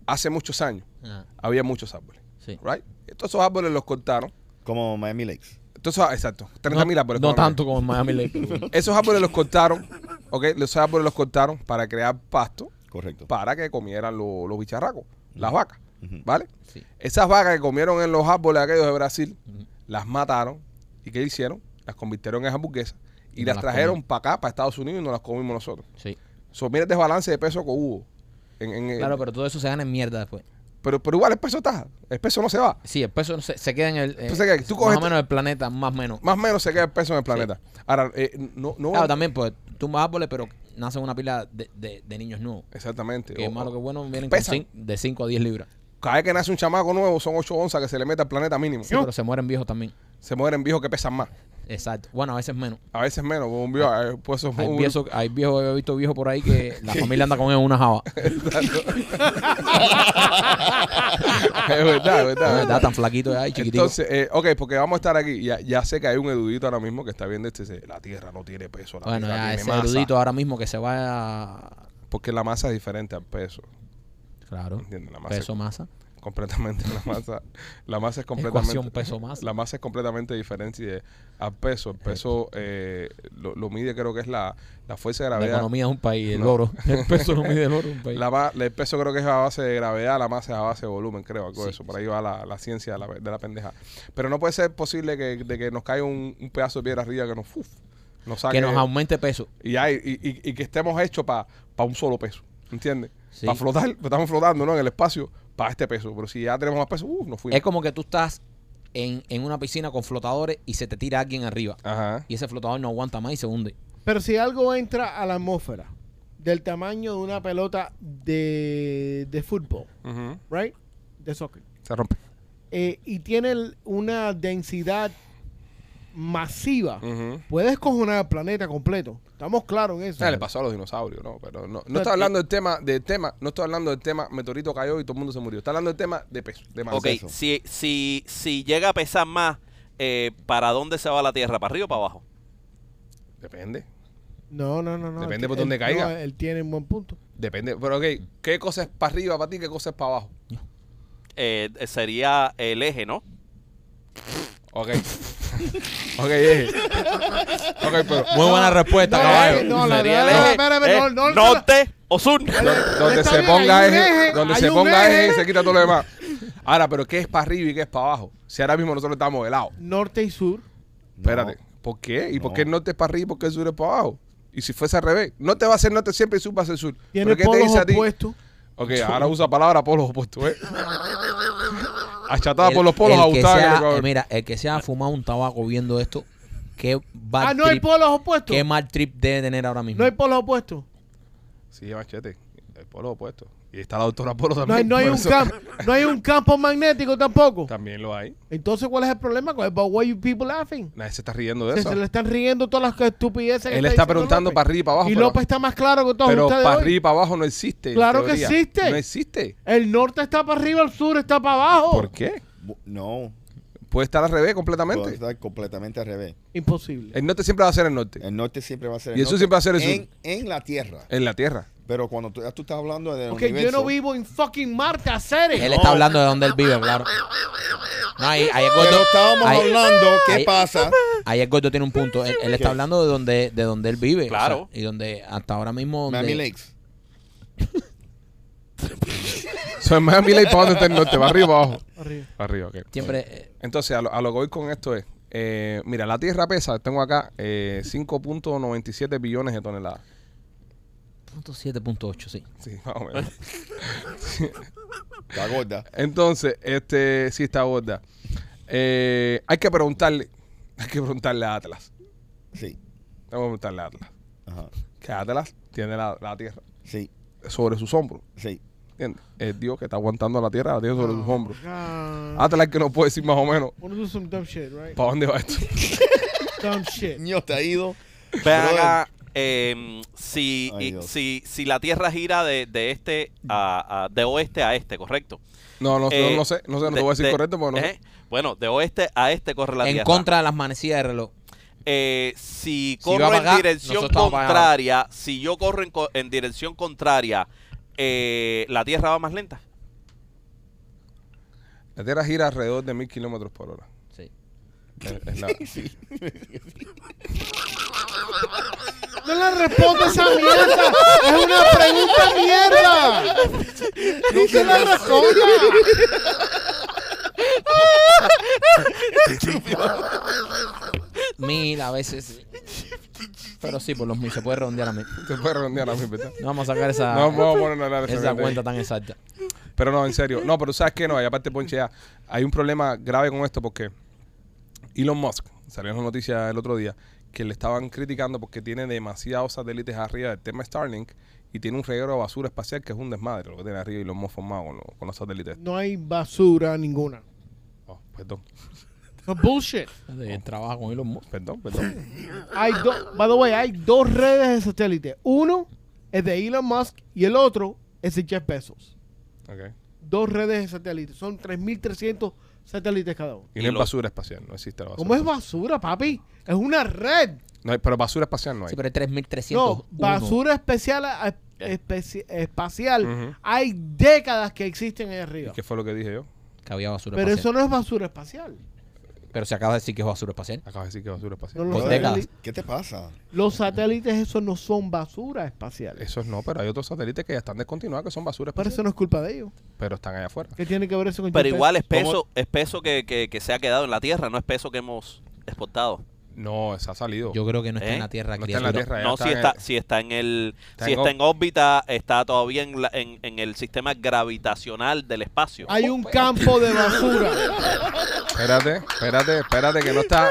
hace muchos años, Ah, había muchos árboles. sí. Right? Todos esos árboles los cortaron. Como Miami Lakes. Todos esos- exacto. 30.000 No, árboles. no como- tanto como en <laughs> Miami Lake. esos árboles los cortaron, ¿ok? Los árboles los cortaron para crear pasto Correcto. para que comieran lo- los bicharracos, las vacas, Ujú. ¿vale? Sí. Esas vacas que comieron en los árboles aquellos de Brasil, las mataron y ¿qué hicieron? Las convirtieron en hamburguesas y Y no las las trajeron comimos. para acá, para Estados Unidos y no las comimos nosotros. sí. So, mira el desbalance de peso que hubo. en- en- en- Claro, pero todo eso se gana en mierda después. pero, pero igual el peso está, el peso no se va. Sí, el peso se, se queda en el. eh, Entonces, ¿qué? Tú más coges- este o menos el planeta, más o menos. Más o menos se queda el peso en el planeta. Ahora, eh, no, no Claro, también, pues tumbas árboles, pero nacen una pila de, de- de niños nuevos. Exactamente. Que O- malo que bueno, vienen con pesan. cin- de 5 a 10 libras. Cada vez que nace un chamaco nuevo son 8 onzas que se le mete al planeta mínimo. Sí, pero se mueren viejos también. Se mueren viejos que pesan más. Exacto. Bueno, a <laughs> veces menos. A veces menos. porque Un viejo, eh, pues, eso fue Hay un- <laughs> viejos, hay viejos, he visto viejos por ahí que la familia anda con él en una java. Es es verdad, es verdad. es verdad, verdad. tan flaquito ahí, chiquitico. Entonces, eh, ok, porque vamos a estar aquí. Ya, ya sé que hay un erudito ahora mismo que está viendo este. dice, La tierra no tiene peso. La bueno, tierra ya tiene ese masa". erudito ahora mismo que se vaya. Porque la masa es diferente al peso. Claro. Entiendo, la masa. Peso masa. Completamente. La masa, la masa es completamente. Ecuación peso-masa. La masa es completamente diferente de- al peso. El peso eh, lo, lo mide, creo que es la, la fuerza de La gravedad. economía es un país, el No. oro. <laughs> El peso no mide el oro, un país. La, ma- el peso creo que es a base de gravedad, la masa es a base de volumen, creo, algo de Sí, eso. Por ahí va la, la ciencia de la, de la pendeja. Pero no puede ser posible que, de que nos caiga un, un pedazo de piedra arriba que nos, uf, nos saque. que nos aumente peso. y, hay- y, y- y que estemos hechos para un solo peso, ¿entiendes? Sí. Para flotar, estamos flotando ¿no? en el espacio para este peso. Pero si ya tenemos más peso, uf, nos fuimos. Es como que tú estás en, en una piscina con flotadores y se te tira alguien arriba. Ajá. Y ese flotador no aguanta más y se hunde. Pero si algo entra a la atmósfera del tamaño de una pelota de, de fútbol, Ujú. ¿right? De soccer. Se rompe. eh, y tiene el- una densidad masiva, Ujú. puedes cojonar al planeta completo. Estamos claros en eso. Ah, le pasó a los dinosaurios, ¿no? Pero no, no está hablando del tema, del tema, no está hablando del tema, meteorito cayó y todo el mundo se murió. Está hablando del tema de peso, de masa. Ok, si, si, si llega a pesar más, eh, ¿para dónde se va la Tierra? ¿Para arriba o para abajo? Depende. No, no, no, no. Depende Él- por dónde él- caiga. no, él tiene un buen punto. Depende. Pero, ok, ¿qué cosa es para arriba para ti? ¿Qué cosa es para abajo? Eh, eh, sería el eje, ¿no? Ok. <laughs> ok, eh. Ok, pero. Muy buena respuesta, no, caballo. eh, no, la Sería verdad, el no, eje, espera, espera, eh, no, no, no, norte o sur. Donde, donde Está se bien, ponga hay un eje, eje, donde hay se un ponga eje. eje y se quita todo lo demás. Ahora, pero ¿qué es para arriba y qué es para abajo? Si ahora mismo nosotros estamos helados. Norte y sur. Espérate. ¿Por qué? ¿Y por No. qué el norte es para arriba y por qué el sur es para abajo? Y si fuese al revés, norte va a ser norte siempre y sur va a ser sur. Tiene polos opuestos. Ok, ahora usa palabra polos opuestos, <laughs> ¿eh? Achatada por los polos, el que ajustada en el sea- ecuador. eh, Mira, el que se ha fumado un tabaco viendo esto, qué, bad Ah, no hay trip- polos opuestos. qué mal trip debe tener ahora mismo. No hay polos opuestos. Sí, machete. El polo opuesto. Y está la doctora Polo también. No hay, por no hay un eso- campo, no hay un campo magnético tampoco. También lo hay. Entonces, ¿cuál es el problema con el But why you people laughing? Nadie se está riendo de Se, eso. se le están riendo todas las estupideces. que Él está diciendo preguntando López. para arriba y para abajo. Y pero- López está más claro que todos Pero ustedes para hoy. arriba y para abajo no existe. en Claro que teoría. existe. No existe. El norte está para arriba, el sur está para abajo. ¿Por qué? Bu- No, Puede estar al revés va a completamente. estar completamente al revés. Imposible. El norte siempre va a ser el Eh. norte. El norte siempre va a ser el Y el sur norte siempre va a ser el en, sur. en la tierra. En la tierra. Pero cuando tú, ya tú estás hablando de Porque yo no vivo en fucking Marte, Ceres. Él está hablando de donde él vive, claro. No, ahí, ahí el gordo, Pero estábamos ahí- hablando, ¿qué ahí- pasa? ahí el gordo tiene un punto. Él, él está ¿Qué? hablando de donde, de donde él vive. o Claro. sea, y donde hasta ahora mismo... donde- Miami Lakes. Soy más Miami Lake, ¿para dónde está el norte? ¿Para arriba o para abajo? Arriba. Para arriba, ok. Siempre... eh, Entonces, a lo, a lo que voy con esto es, eh, mira, la Tierra pesa, tengo acá eh, 5.97 billones de toneladas. 7.8, sí. Sí, <laughs> más o menos. Está gorda. Entonces, este sí está gorda. Eh, hay que preguntarle, hay que preguntarle a Atlas. Sí. Tengo que preguntarle a Atlas. Ajá. Que Atlas tiene la, la tierra Sí, sobre sus hombros. sí. ¿Entiendes? Es Dios que está aguantando a la tierra, la tiene sobre sus hombros. Ah, Atlas que nos puede decir más o menos wanna do some dumb shit, right? para dónde va esto. <laughs> Dumb shit. Niño, te ha ido. Ven acá, eh, si, Ay, y- Dios. si, si la Tierra gira de, de este a, a- de oeste a este, correcto. No, no, Eh, no, no sé, no sé, no de- te voy a decir de- correcto porque no sé. ¿eh? Bueno, de oeste a este corre la en Tierra. contra de las manecillas de reloj. Eh, si Si corro va para en acá, dirección nosotros vamos para allá. contraria, si yo corro en, co- en dirección contraria, eh, la Tierra va más lenta. La Tierra gira alrededor de mil kilómetros por hora. Sí. Es- <laughs> es <laughs> la- <laughs> No le responde esa mierda. Es una pregunta mierda. No se la responda. Mil a veces. Pero sí, por los mil. Se puede redondear a mil. Te puedes redondear a mí, ¿verdad? No vamos a sacar esa, No vamos a poner la Ah. esa cuenta tan exacta. Pero no, en serio. No, pero ¿sabes qué? No, y aparte, Ponche, ya, hay un problema grave con esto porque Elon Musk, salió en la noticia el otro día, que le estaban criticando porque tiene demasiados satélites arriba del tema Starlink y tiene un reguero de basura espacial que es un desmadre lo que tiene arriba Elon Musk formado con, lo- con los satélites. No hay basura ninguna. Oh, perdón, No bullshit. El trabajo con Elon Musk. perdón, perdón. <laughs> Hay dos, by the way, hay dos redes de satélite. Uno es de Elon Musk y el otro es de Jeff Bezos. Ok. Dos redes de satélite. Son 3.300 satélites cada uno. Y, Y no es lo- basura espacial, no existe la basura. ¿Cómo es basura, papi? Es una red. No hay- pero basura espacial no hay. Sí, pero hay 3300. No, basura especial, a- especi- espacial. Ujú. Hay décadas que existen ahí arriba. ¿Y qué fue lo que dije yo? Que había basura Pero eso espacial. no es basura espacial. Pero se acaba de decir que es basura espacial. Acabas de decir que basura espacial. Pues, No, los, Por Brother, décadas. satélites, ¿Qué te pasa? los satélites esos no son basura espacial. Esos no, pero hay otros satélites que ya están descontinuados que son basura Pero espacial. eso no es culpa de ellos. Pero están allá afuera. ¿Qué tiene que ver eso con Pero Jeff igual es Bezos? peso, es peso que, que- que se ha quedado en la Tierra, no es peso que hemos exportado. No, se ha salido. Yo creo que no está ¿Eh? en la Tierra, No está en la criatura. <laughs> Tierra, ya No, está si en está, el- si está en el, Está si en está ób- en órbita, está todavía en, la- en- en el sistema gravitacional del espacio. Hay un campo de <laughs> basura. Espérate, espérate, espérate, que no está.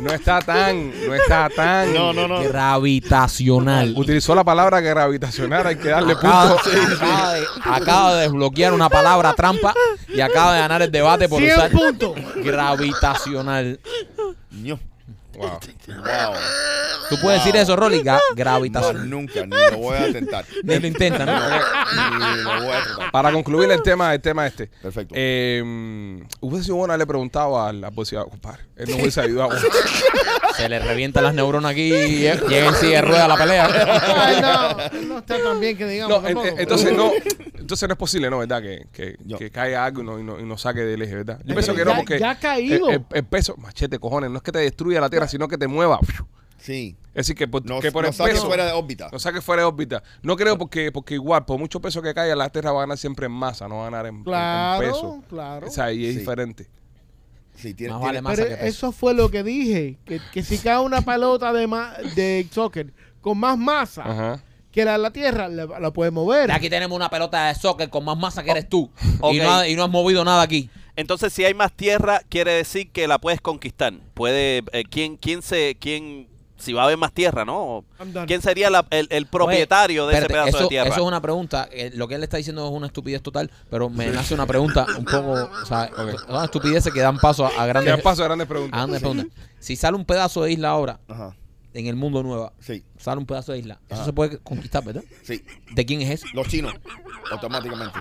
No está tan. No está tan. No, no, no. Gravitacional. Utilizó la palabra gravitacional, hay que darle punto. <laughs> Ah, Acaba, acaba de, acaba de desbloquear una palabra trampa y acaba de ganar el debate por 100 usar <laughs> puntos. gravitacional. Niño. Wow. Wow. ¿Tú puedes Wow. decir eso, Rolly? Ga- No, gravitacional. nunca, ni lo voy a tentar. Ni lo intentan. ¿no? Ni lo voy a tratar. Para concluir el tema, el tema este. Perfecto. Eh, hubiese sido bueno le preguntaba a la policía, compadre. Él no hubiese ayudado. <laughs> Se le revientan las neuronas aquí y llega en silla de rueda la pelea. Ay, no, no está tan bien que digamos. No, en- tampoco. en- entonces <laughs> no, entonces no es posible, ¿no? ¿Verdad? Que, que, Yo. que caiga algo y no, y no- y no saque del eje, ¿verdad? Yo Ya- pienso que no, ya- porque ya ha caído. El, el- el peso, machete, cojones, no es que te destruya la tierra, sino que te mueva. Sí. Es decir, que por, No, que por no el saques peso. fuera de órbita. No saque fuera de órbita. No creo porque, porque igual, por mucho peso que caiga, la Tierra va a ganar siempre en masa, no va a ganar en, en- en Claro, peso. claro. O sea, y es Sí. diferente. Sí, tiene, Más tiene- vale más. Pero que peso. eso fue lo que dije. Que, que si cae una pelota de, ma- de soccer con más masa Ajá. que la de la Tierra, la, la puede mover. <laughs> Aquí tenemos una pelota de soccer con más masa que eres tú. Ok. Y, no ha- y no has movido nada aquí. Entonces, si hay más tierra, quiere decir que la puedes conquistar. Puede, eh, ¿quién, quién se, quién, si va a haber más tierra, no? I'm done. ¿Quién sería la- el, el propietario Oye, de ese espérate, pedazo eso, de tierra? Eso es una pregunta. eh, lo que él está diciendo es una estupidez total, pero me nace una pregunta un poco. O sea, una estupidez que dan paso a, a Que grandes, dan paso a grandes a preguntas. grandes preguntas. Si sale un pedazo de isla ahora, Ajá. en el mundo nueva, Sí, sale un pedazo de isla, eso Ajá. se puede conquistar, ¿verdad? sí. ¿De quién es eso? Los chinos, automáticamente.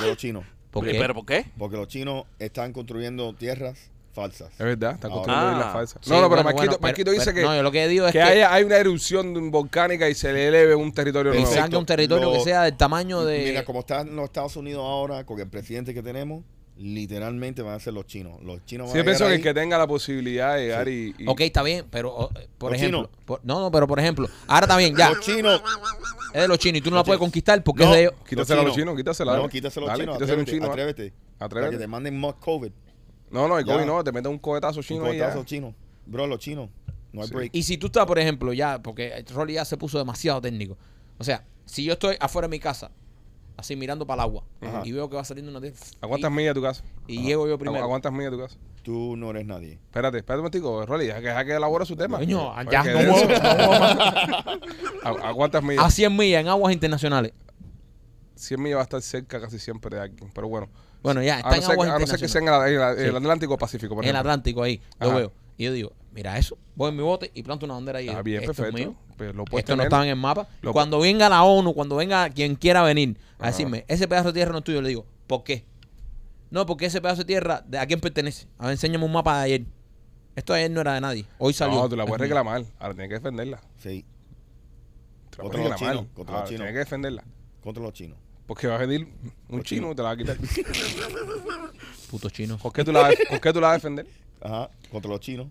De los chinos. ¿Por Pero- qué? ¿Pero por qué? Porque los chinos están construyendo tierras falsas. Es verdad, está Ahora. construyendo Ah. islas falsas. Sí, no, no, pero bueno, Marquito, bueno, Marquito pero- dice pero- No, que, yo lo que digo es que que, haya, hay una erupción volcánica y se le eleve un territorio y nuevo. Exacto. salga un territorio que Lo- sea del tamaño de. Mira, como están los Estados Unidos ahora, con el presidente que tenemos, literalmente van a ser los chinos. Los chinos van Sí, a yo pienso llegar que ahí. el que tenga la posibilidad de llegar y, y- Ok, está bien, pero oh, eh, por Los ejemplo, chinos. por- no, no, pero por ejemplo, ahora está bien, ya, Los chinos. es de los chinos y tú no la puedes conquistar porque No. es de ellos. Quítasela a los los chinos. chinos, quítasela. No, dale. quítaselo a los Dale, chinos. quítasela a un Atrévete. chino, dale. atrévete. Para que Atrévete. te manden más COVID. No, no, el Ya. COVID no, te mete un cohetazo Un chino ahí ya. cohetazo chino. Bro, los chinos. No hay Sí. break. Y si tú estás, por ejemplo, ya, porque Rolly ya se puso demasiado técnico. O sea, si yo estoy afuera de mi casa así mirando para el agua. Ajá. Y veo que va saliendo una tía. ¿A cuántas millas de tu casa? Y llego yo primero. ¿A cuántas millas de tu casa? Tú no eres nadie. Espérate, espérate un momentico, Rolly, deja que, deja que elabore su tema. Coño, Porque ya, de no eso- muevo, no <laughs> muevo más. ¿A, a cuántas A millas? 100 millas en aguas internacionales. 100 millas va a estar cerca casi siempre de alguien, pero bueno. Bueno, ya, A está no en ser, aguas a no ser que sea en internacionales. el, el- el Sí. Atlántico o Pacífico, por En el ejemplo. Atlántico ahí, lo Ajá. veo. Y yo digo, mira eso, voy en mi bote y planto una bandera ahí. Está Yo, Ah, bien, esto es perfecto. mío. Pues lo puedes Esto no tener. estaba en el mapa. Lo- cuando venga la ONU, cuando venga quien quiera venir a Ajá. decirme, ese pedazo de tierra no es tuyo, le digo, ¿por qué? No, porque ese pedazo de tierra, ¿de ¿a quién pertenece? A ver, enséñame un mapa de ayer. Esto de ayer no era de nadie. Hoy salió. No, tú la puedes Es mío. reclamar. Ahora tienes que defenderla. Sí. Te la Contra puedes los reclamar. chinos, contra los Ahora chinos. Tienes que defenderla. Contra los chinos. Porque va a venir un chino y te la va a quitar. Putos chinos. ¿Por qué tú la, vas- por qué tú la vas a <laughs> defender? Ajá. Contra los chinos.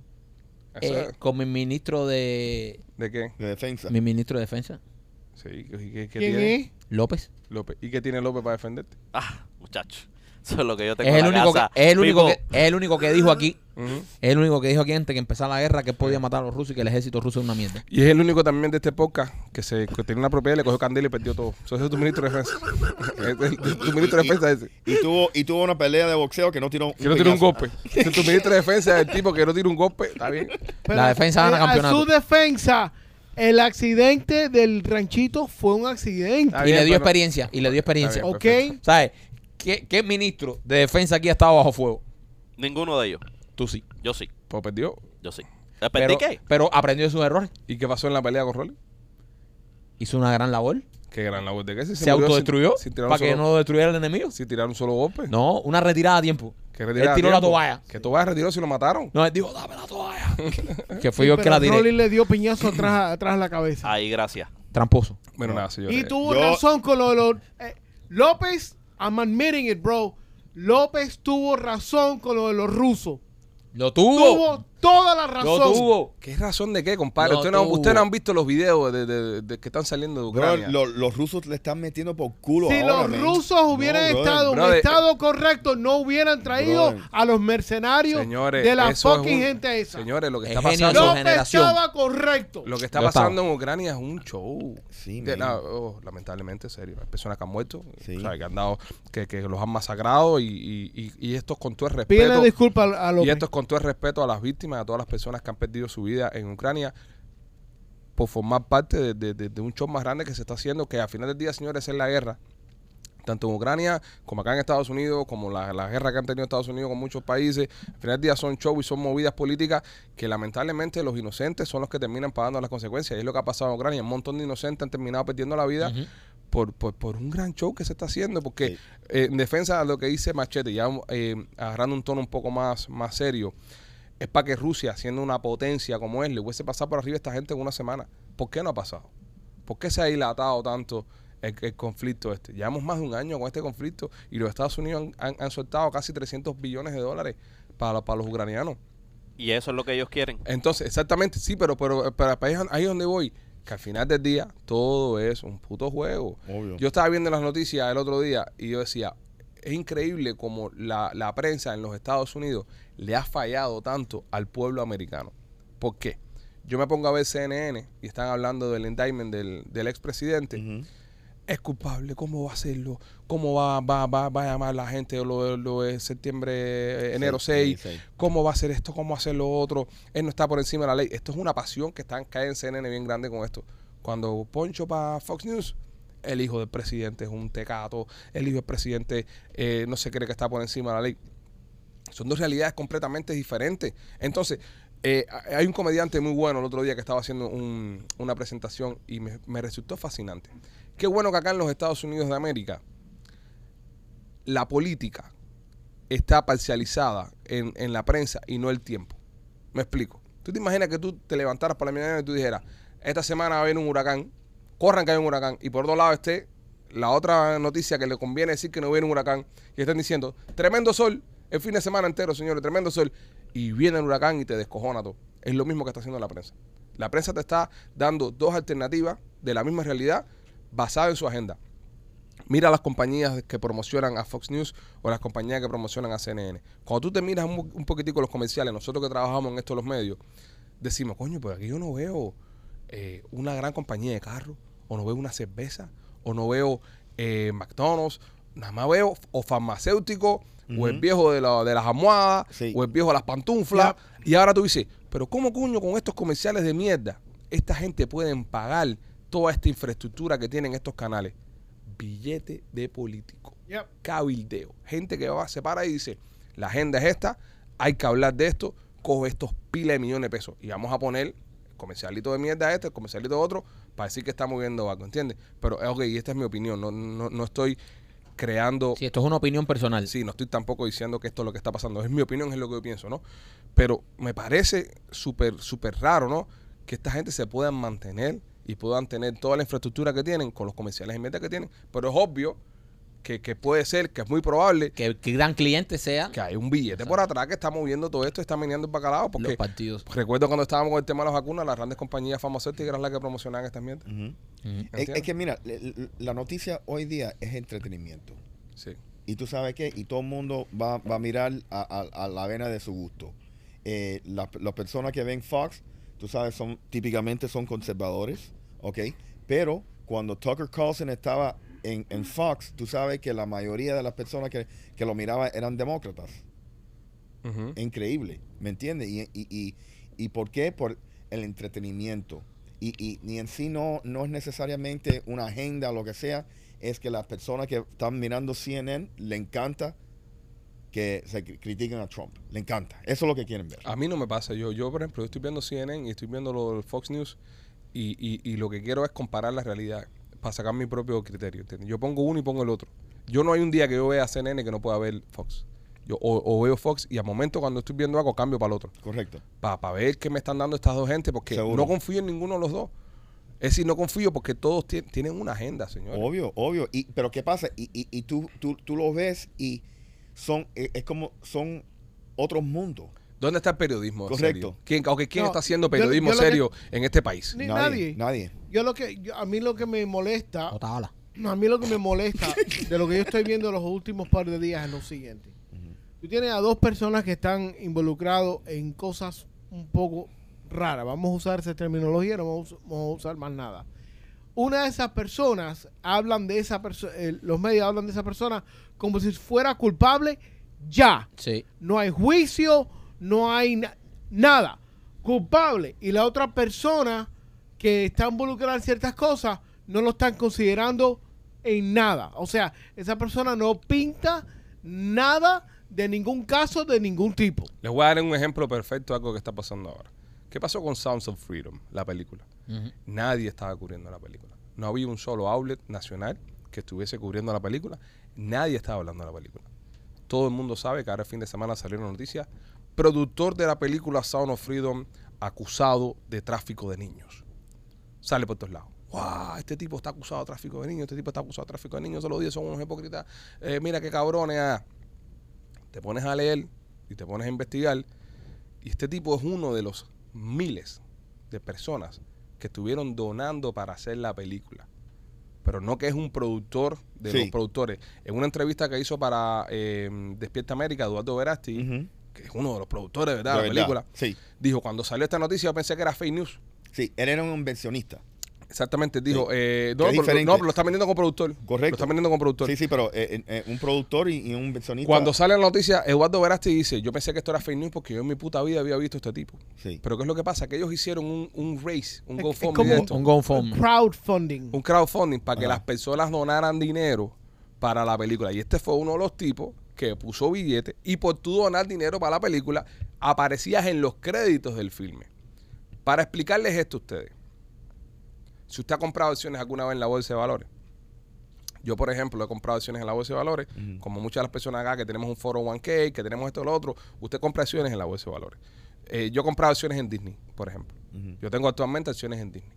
Eso Eh, es- con mi ministro de. ¿De qué? De defensa. Mi ministro de defensa, Sí, ¿y qué, qué- qué ¿Quién tiene es? López. López? ¿Y qué tiene López para defenderte? Ah, muchacho. <laughs> Eso es lo que yo tengo Es el, en la único que, casa. es el único que, People, es el único que dijo aquí. Ujú. Es el único que dijo aquí antes que empezara la guerra que él podía matar a los rusos y que el ejército ruso es una mierda. Y es el único también de este podcast que se que tenía una propiedad, le cogió candela y perdió todo. Eso es tu ministro de defensa. <laughs> Ese es tu ministro de defensa es ese. Y tuvo, y tuvo una pelea de boxeo que no tiró un Que no tiene un pedazo. golpe. Ese es tu ministro de defensa es el tipo que no tiene un golpe. Está bien. La defensa gana eh, campeonato. A su defensa, el accidente del ranchito fue un accidente. Está y bien, le dio pero- experiencia, y le dio experiencia. bien, ¿Ok? perfecto. ¿Sabes? ¿Qué, ¿Qué ministro de defensa aquí ha estado bajo fuego? Ninguno de ellos. Tú sí. Yo sí, Pues perdió. yo sí. ¿Le Pero, perdí qué? pero aprendió de sus errores. ¿Y qué pasó en la pelea con Rolly? Hizo una gran labor. Qué gran labor de que Se, murió autodestruyó sin, sin tirar para un solo, que no lo destruyera el enemigo. sin tirar un solo golpe. No, una retirada a tiempo. Que retirada Él tiró a la tiempo. toalla. Que Tobias retiró si lo mataron. No, él dijo, dame <laughs> la toalla. que fui Sí, yo pero que la tiré. Rolly le dio <clears throat> piñazo atrás, atrás de la cabeza. Ahí, gracias. Tramposo. Bueno, nada, señor. y tuvo Yo- razón con lo de los... eh, López, I'm admitting it, bro. López tuvo razón con lo de los rusos. Lo tuvo. Tuvo toda la razón. Lo tuvo. ¿Qué razón de qué, compadre? No Ustedes no, tuvo. ustedes no han visto los videos de, de- de- de que están saliendo de Bro, Ucrania. lo- los rusos le están metiendo por culo Si ahora, los man. rusos hubieran No, brother. estado en un Brother, eh, estado correcto, no hubieran traído brother. a los mercenarios señores, de la eso es fucking un- gente esa. Señores, lo que Es está genio de pasando. su López generación. estaba correcto. Lo que está Yo pasando en Ucrania es un show. Sí, De- man. no, oh, lamentablemente, serio. Hay personas que han muerto, Sí. o sea, que han dado, que, que los han masacrado y, y, y- y esto es con todo el Pídele respeto. disculpas a los Y esto es con todo el respeto a las víctimas, a todas las personas que han perdido su vida en Ucrania por formar parte de, de- de- de un show más grande que se está haciendo, que al final del día, señores, es la guerra. Tanto en Ucrania como acá en Estados Unidos, como la, la guerra que han tenido Estados Unidos con muchos países, al final del día son shows y son movidas políticas que lamentablemente los inocentes son los que terminan pagando las consecuencias. Y es lo que ha pasado en Ucrania. Un montón de inocentes han terminado perdiendo la vida por, por, por un gran show que se está haciendo, porque Sí. eh, en defensa de lo que dice Machete, ya eh, agarrando un tono un poco más, más serio, es para que Rusia, siendo una potencia como es, le hubiese pasado por arriba a esta gente en una semana. ¿Por qué no ha pasado? ¿Por qué se ha dilatado tanto el, el conflicto este? Llevamos más de un año con este conflicto y los Estados Unidos han, han- han soltado casi 300 billones de dólares para, para los ucranianos. Y eso es lo que ellos quieren. Entonces, exactamente, sí, pero, pero, pero ahí es ahí es donde voy. Que al final del día todo es un puto juego. Obvio. Yo estaba viendo las noticias el otro día y yo decía, es increíble como la, la prensa en los Estados Unidos le ha fallado tanto al pueblo americano. ¿Por qué? Yo me pongo a ver CNN y están hablando del indictment del, del expresidente Ujú. es culpable, cómo va a hacerlo, cómo va, va, va, va a llamar la gente lo, lo de septiembre, eh, enero Sí, 6, sí, sí. cómo va a hacer esto, cómo va a hacer lo otro, él no está por encima de la ley. Esto es una pasión que están cae en CNN bien grande con esto. Cuando Poncho para Fox News, el hijo del presidente es un tecato, el hijo del presidente eh, no se cree que está por encima de la ley. Son dos realidades completamente diferentes. Entonces, eh, hay un comediante muy bueno el otro día que estaba haciendo un- una presentación y me, me resultó fascinante. Qué bueno que acá en los Estados Unidos de América la política está parcializada en, en la prensa y no el tiempo. Me explico. Tú te imaginas que tú te levantaras por la mañana y tú dijeras, esta semana va a haber un huracán, corran que hay un huracán, y por otro lado esté la otra noticia que le conviene decir que no viene un huracán, y están diciendo, tremendo sol, el fin de semana entero, señores, tremendo sol, y viene el huracán y te descojona todo. Es lo mismo que está haciendo la prensa. La prensa te está dando dos alternativas de la misma realidad basada en su agenda. Mira las compañías que promocionan a Fox News o las compañías que promocionan a CNN. Cuando tú te miras un, un poquitico los comerciales, nosotros que trabajamos en estos los medios, decimos, coño, pues aquí yo no veo eh, una gran compañía de carro, o no veo una cerveza, o no veo eh, McDonald's, nada más veo o farmacéutico, o el viejo de, la- de las almohadas, Sí. o el viejo de las pantuflas. Y ahora tú dices, pero ¿cómo cuño con estos comerciales de mierda? Esta gente pueden pagar toda esta infraestructura que tienen estos canales. Billete de político Yep. cabildeo. Gente que va, se para y dice, la agenda es esta, hay que hablar de esto, coge estos piles de millones de pesos y vamos a poner el comercialito de mierda este, el comercialito otro, para decir que estamos viendo algo, ¿entiendes? Pero, eh, ok, esta es mi opinión, no, no, no estoy creando... Sí, esto es una opinión personal. Sí, no estoy tampoco diciendo que esto es lo que está pasando. Es mi opinión, es lo que yo pienso, ¿no? Pero me parece súper, súper raro, ¿no? Que esta gente se puedan mantener y puedan tener toda la infraestructura que tienen con los comerciales en meta que tienen. Pero es obvio que, que puede ser, que es muy probable que, Que, que gran cliente sea hay un billete por atrás que está moviendo todo esto, está meneando el bacalao. los Porque partidos. recuerdo cuando estábamos con el tema de las vacunas, las grandes compañías farmacéuticas eran las que promocionaban este estas mierdas. Ujú. Ujú. Es, ¿Entiendes? es que mira, le- le- la noticia hoy día es entretenimiento. Sí. Y tú sabes qué, y todo el mundo va, va a mirar a, a- a la vena de su gusto. Eh, la- las personas que ven Fox, tú sabes, son típicamente son conservadores, ¿ok? Pero cuando Tucker Carlson estaba en, en Fox, tú sabes que la mayoría de las personas que, que lo miraban eran demócratas. Ujú. Increíble, ¿me entiendes? Y, y, y, y por qué? Por el entretenimiento. Y, y, y en sí no, no es necesariamente una agenda o lo que sea, es que las personas que están mirando CNN le encanta que se cri- critiquen a Trump. Le encanta. Eso es lo que quieren ver. A mí no me pasa. Yo, yo por ejemplo, yo estoy viendo CNN y estoy viendo lo del Fox News y, y- y lo que quiero es comparar la realidad para sacar mi propio criterio. ¿entiendes? Yo pongo uno y pongo el otro. Yo no hay un día que yo vea CNN que no pueda ver Fox. Yo o, o veo Fox y al momento cuando estoy viendo algo cambio para el otro. Correcto. Para ver qué me están dando estas dos gentes porque Seguro. no confío en ninguno de los dos. Es decir, no confío porque todos tie- tienen una agenda, señor. Obvio, obvio. Y, pero ¿qué pasa? Y, y, y tú, tú, tú lo ves y son, e- es como son otros mundos. ¿Dónde está el periodismo Correcto. serio? ¿Quién, ok, ¿quién No, está haciendo yo- periodismo yo lo que- serio en este país? Ni nadie. Nadie. Nadie. Yo lo que, yo- a mí lo que me molesta, Otra ola. a mí lo que me molesta de lo que yo estoy viendo los últimos par de días es lo siguiente. Tú tienes a dos personas que están involucrados en cosas un poco raras. Vamos a usar esa terminología, no vamos a us- vamos a usar más nada. Una de esas personas hablan de esa persona, los medios hablan de esa persona como si fuera culpable ya. Sí. no hay juicio, no hay na- nada culpable. Y la otra persona que está involucrada en ciertas cosas no lo están considerando en nada. O sea, esa persona no pinta nada de ningún caso de ningún tipo. Les voy a dar un ejemplo perfecto de algo que está pasando ahora. ¿Qué pasó con Sounds of Freedom, la película? Ujú. Nadie estaba cubriendo la película. No había un solo outlet nacional que estuviese cubriendo la película. Nadie estaba hablando de la película. Todo el mundo sabe que ahora el fin de semana salió una noticia. Productor de la película Sound of Freedom acusado de tráfico de niños. Sale por todos lados. ¡Wow! Este tipo está acusado de tráfico de niños. Este tipo está acusado de tráfico de niños. Solo días son unos hipócritas. Eh, mira qué cabrones. ah. Te pones a leer y te pones a investigar. Y este tipo es uno de los miles de personas que estuvieron donando para hacer la película. Pero no que es un productor de Sí. los productores. En una entrevista que hizo para eh, Despierta América, Eduardo Verasti, Ujú. que es uno de los productores ¿verdad? De de la película, verdad. Sí. dijo, cuando salió esta noticia yo pensé que era fake news. Sí, él era un inversionista. Exactamente, dijo, Sí. eh, no, Qué pero, diferente. no, pero lo está vendiendo como productor. Correcto. Lo está vendiendo como productor. Sí, sí, pero eh, eh, un productor y, y un inversionista. Cuando sale la noticia, Eduardo Verasti dice, yo pensé que esto era fake news porque yo en mi puta vida había visto este tipo. Sí. Pero ¿qué es lo que pasa? Que ellos hicieron un, un race, un Es- GoFundMe es como de esto. Un GoFundMe. Crowdfunding. un crowdfunding para que Ajá. las personas donaran dinero para la película. Y este fue uno de los tipos que puso billete y por tú donar dinero para la película aparecías en los créditos del filme. Para explicarles esto a ustedes, si usted ha comprado acciones alguna vez en la bolsa de valores, yo por ejemplo he comprado acciones en la bolsa de valores, como muchas de las personas acá que tenemos un foro 1K, que tenemos esto o lo otro, usted compra acciones en la bolsa de valores. Eh, yo he comprado acciones en Disney, por ejemplo. Ujú. Yo tengo actualmente acciones en Disney.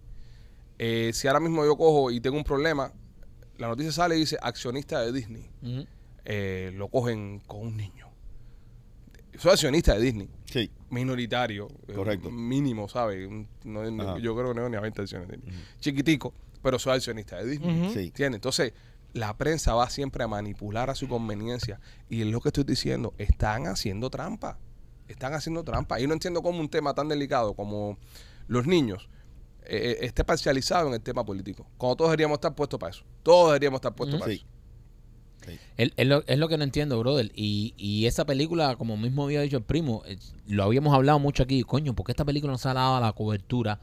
Eh, si ahora mismo yo cojo y tengo un problema, la noticia sale y dice accionista de Disney. Ujú. Eh, lo cogen con un niño. Soy accionista de Disney. Sí. Minoritario. eh, Correcto. mínimo, ¿sabes? Ajá. yo creo que no tengo ni a 20 acciones de Disney. Chiquitico, pero soy accionista de Disney. Ujú. Sí. ¿Entiendes? Entonces, la prensa va siempre a manipular a su conveniencia. Y es lo que estoy diciendo, están haciendo trampa. Están haciendo trampa. Y no entiendo cómo un tema tan delicado como los niños. eh, eh, eh, esté parcializado en el tema político. Cuando todos deberíamos estar puestos para eso. Todos deberíamos estar puestos para Sí. eso. Es, es lo, es lo que no entiendo, brother. Y, y esa película, como mismo había dicho el primo, eh, lo habíamos hablado mucho aquí. Coño, ¿por qué esta película no se ha dado la cobertura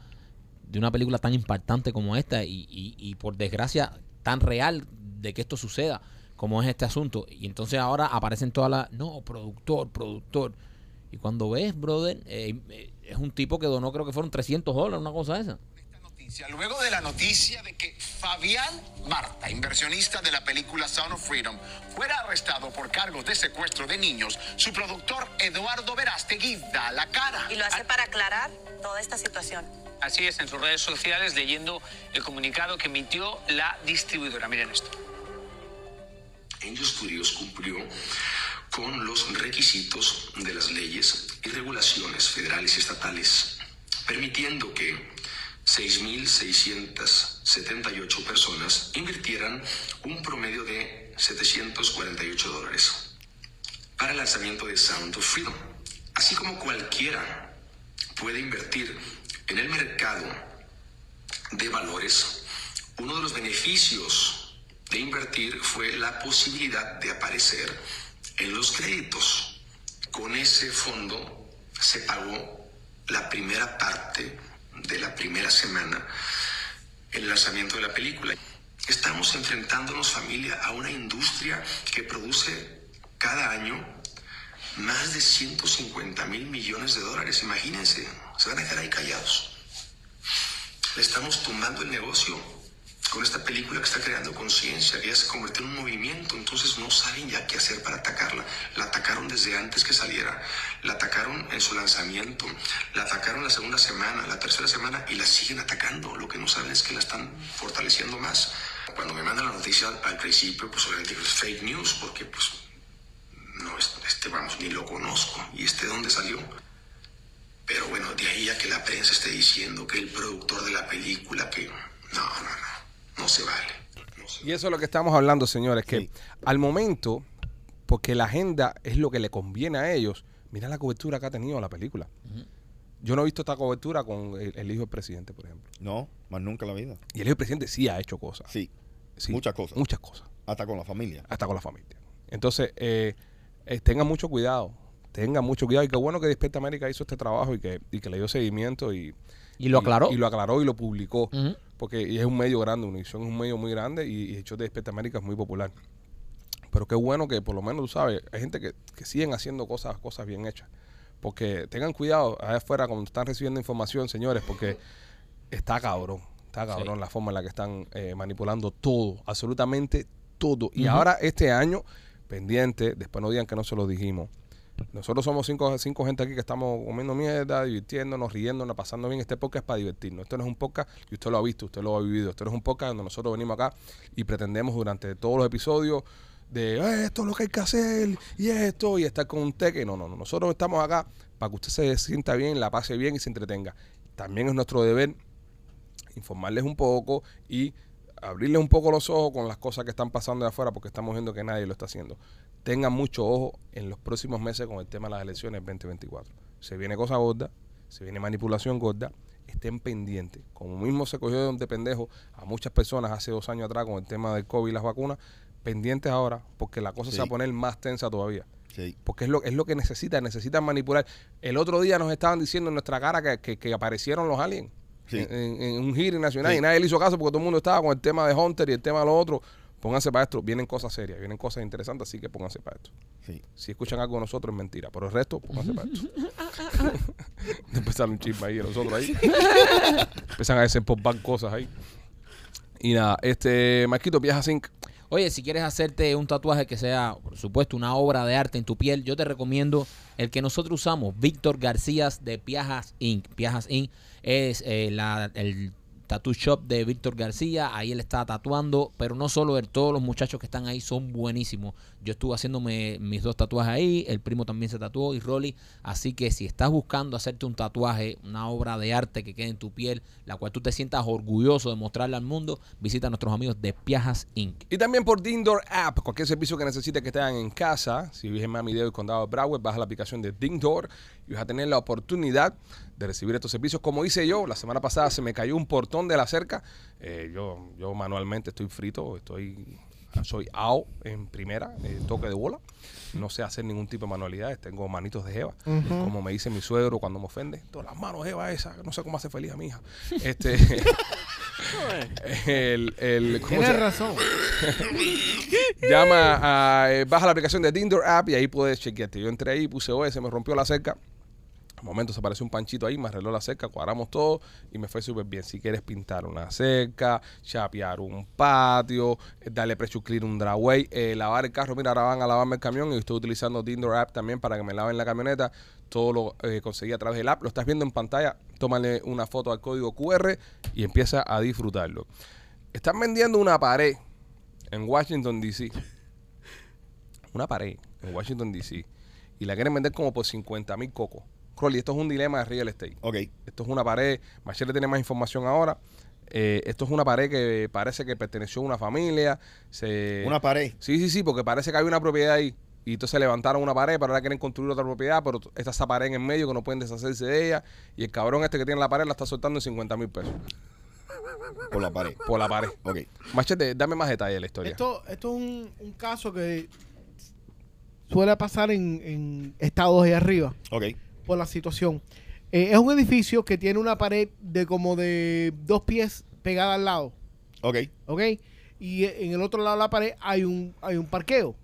de una película tan impactante como esta? Y, y- y por desgracia, tan real de que esto suceda como es este asunto. Y entonces ahora aparecen todas las. No, productor, productor. Y cuando ves, brother, eh, eh, es un tipo que donó, creo que fueron 300 dólares, una cosa de esa. esta noticia, luego de la noticia de que Fabián Marta, inversionista de la película Sound of Freedom, fuera arrestado por cargos de secuestro de niños, su productor Eduardo Verástegui da la cara. Y lo hace para aclarar toda esta situación. Ah. Así es, en sus redes sociales, leyendo el comunicado que emitió la distribuidora. Miren esto. Angel Studios cumplió con los requisitos de las leyes y regulaciones federales y estatales, permitiendo que 6.678 personas invirtieran un promedio de 748 dólares para el lanzamiento de Sound of Freedom, así como cualquiera puede invertir en el mercado de valores, uno de los beneficios de invertir fue la posibilidad de aparecer en los créditos. Con ese fondo se pagó la primera parte de la primera semana, el lanzamiento de la película. Estamos enfrentándonos familia a una industria que produce cada año más de 150 mil millones de dólares. Imagínense, se van a quedar ahí callados le estamos tumbando el negocio con esta película que está creando conciencia, que ya se convirtió en un movimiento, entonces no saben ya qué hacer para atacarla. La atacaron desde antes que saliera, la atacaron en su lanzamiento, la atacaron la segunda semana, la tercera semana y la siguen atacando. Lo que no saben es que la están fortaleciendo más. Cuando me mandan la noticia al principio, pues obviamente es fake news, porque pues no, es- este vamos, ni lo conozco. ¿Y este dónde salió? Pero bueno, de ahí a que la prensa esté diciendo que el productor de la película, que no, no, no, no se vale. Y eso es lo que estamos hablando, señores, que al momento, porque la agenda es lo que le conviene a ellos, mira la cobertura que ha tenido la película. Yo no he visto esta cobertura con el, el hijo del presidente, por ejemplo. No, más nunca en la vida. Y el hijo del presidente sí ha hecho cosas. Sí, Sí, muchas cosas. Muchas cosas. Hasta con la familia. hasta con la familia. Entonces, eh, eh, tengan mucho cuidado, tengan mucho cuidado. Y qué bueno que Despierta América hizo este trabajo y que, y que le dio seguimiento y, Y lo aclaró. Y, lo aclaró y lo publicó. Ujú. Porque y es un medio grande, Univision es un medio muy grande y, y el show de Despierta América es muy popular. Pero qué bueno que por lo menos, tú sabes, hay gente que, que siguen haciendo cosas, cosas bien hechas. Porque tengan cuidado allá afuera cuando están recibiendo información, señores, porque está cabrón. Está cabrón la forma en la que están eh, manipulando todo, absolutamente todo. Y Ujú. ahora este año, pendiente, después no digan que no se lo dijimos. Nosotros somos cinco, cinco gente aquí que estamos comiendo mierda, divirtiéndonos, riéndonos, pasando bien. Este podcast es para divertirnos. Esto no es un podcast y usted lo ha visto, usted lo ha vivido. Esto no es un podcast donde nosotros venimos acá y pretendemos durante todos los episodios de "Eh, esto es lo que hay que hacer y esto y estar con un teque. No, no, no. Nosotros estamos acá para que usted se sienta bien, la pase bien y se entretenga. También es nuestro deber informarles un poco y abrirles un poco los ojos con las cosas que están pasando de afuera porque estamos viendo que nadie lo está haciendo. Tengan mucho ojo en los próximos meses con el tema de las elecciones 2024. Se viene cosa gorda, se viene manipulación gorda. Estén pendientes. Como mismo se cogió de pendejo a muchas personas hace dos años atrás con el tema del COVID y las vacunas, pendientes ahora porque la cosa se va a Sí. poner más tensa todavía. Sí. Porque es lo, es lo que necesitan, necesitan manipular. El otro día nos estaban diciendo en nuestra cara que, que- que aparecieron los aliens Sí. en, en- en un hearing nacional Sí. y nadie le hizo caso porque todo el mundo estaba con el tema de Hunter y el tema de lo otro. Pónganse para esto, vienen cosas serias, vienen cosas interesantes, así que pónganse para esto. Sí. Si escuchan algo de nosotros es mentira, pero el resto, pónganse para esto. <laughs> Empezaron un chisme ahí de nosotros ahí. Empiezan a desempolvar cosas ahí. Y nada, este, Marquito, viaja Zinc. Oye, si quieres hacerte un tatuaje que sea, por supuesto, una obra de arte en tu piel, yo te recomiendo el que nosotros usamos, Víctor García de Piajas Inc. Piajas Inc. es eh, la- el tattoo shop de Víctor García. Ahí él está tatuando, pero no solo él, todos los muchachos que están ahí son buenísimos. Yo estuve haciéndome mis dos tatuajes ahí, el primo también se tatuó y Rolly. Así que si estás buscando hacerte un tatuaje, una obra de arte que quede en tu piel, la cual tú te sientas orgulloso de mostrarle al mundo, visita a nuestros amigos de Piajas Inc. Y también por Dindor App, cualquier servicio que necesites que te hagan en casa, si vives en Miami Dade, condado de Broward, baja la aplicación de Dindor y vas a tener la oportunidad de recibir estos servicios. Como hice yo, la semana pasada se me cayó un portón de la cerca. Eh, yo, yo manualmente estoy frito, estoy soy AO en primera, eh, toque de bola. No sé hacer ningún tipo de manualidades, tengo manitos de jeva, Ujú. como me dice mi suegro cuando me ofende. Todas las manos jeva esa, no sé cómo hace feliz a mi hija. Este, <laughs> el, el, ¿cómo Tienes se- razón. Llama a, eh, baja la aplicación de Tinder app y ahí puedes chequearte. Yo entré ahí, puse OS, me rompió la cerca. Al momento se apareció un panchito ahí, me arregló la cerca, cuadramos todo y me fue súper bien. Si quieres pintar una cerca, chapear un patio, eh, darle prechuclir un dragway, eh, lavar el carro, mira, ahora van a lavarme el camión y estoy utilizando Tinder app también para que me laven la camioneta. Todo lo eh, conseguí a través del app, lo estás viendo en pantalla, tómale una foto al código QR y empieza a disfrutarlo. Están vendiendo una pared en Washington, D.C. <laughs> Una pared en Washington, D.C. Y la quieren vender como por 50 mil cocos. Crowley, esto es un dilema de real estate. Ok. Esto es una pared. Machete tiene más información ahora. Eh, esto es una pared que parece que perteneció a una familia. Se... Una pared. Sí, sí, sí, porque parece que hay una propiedad ahí. Y entonces levantaron una pared, pero ahora quieren construir otra propiedad, pero está esa pared en el medio que no pueden deshacerse de ella. Y el cabrón este que tiene la pared la está soltando en 50 mil pesos. Por la pared. Por la pared. Ok. Machete, dame más detalles de la historia. Esto, esto es un, un caso que suele pasar en, en estados ahí arriba Ok. por la situación. Eh, es un edificio que tiene una pared de como de dos pies pegada al lado, Ok. ¿ok? Y eh, en el otro lado de la pared hay un, hay un parqueo.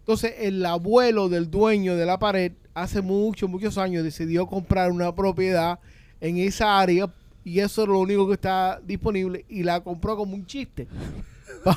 Entonces el abuelo del dueño de la pared hace muchos, muchos años decidió comprar una propiedad en esa área y eso es lo único que está disponible y la compró como un chiste. <laughs>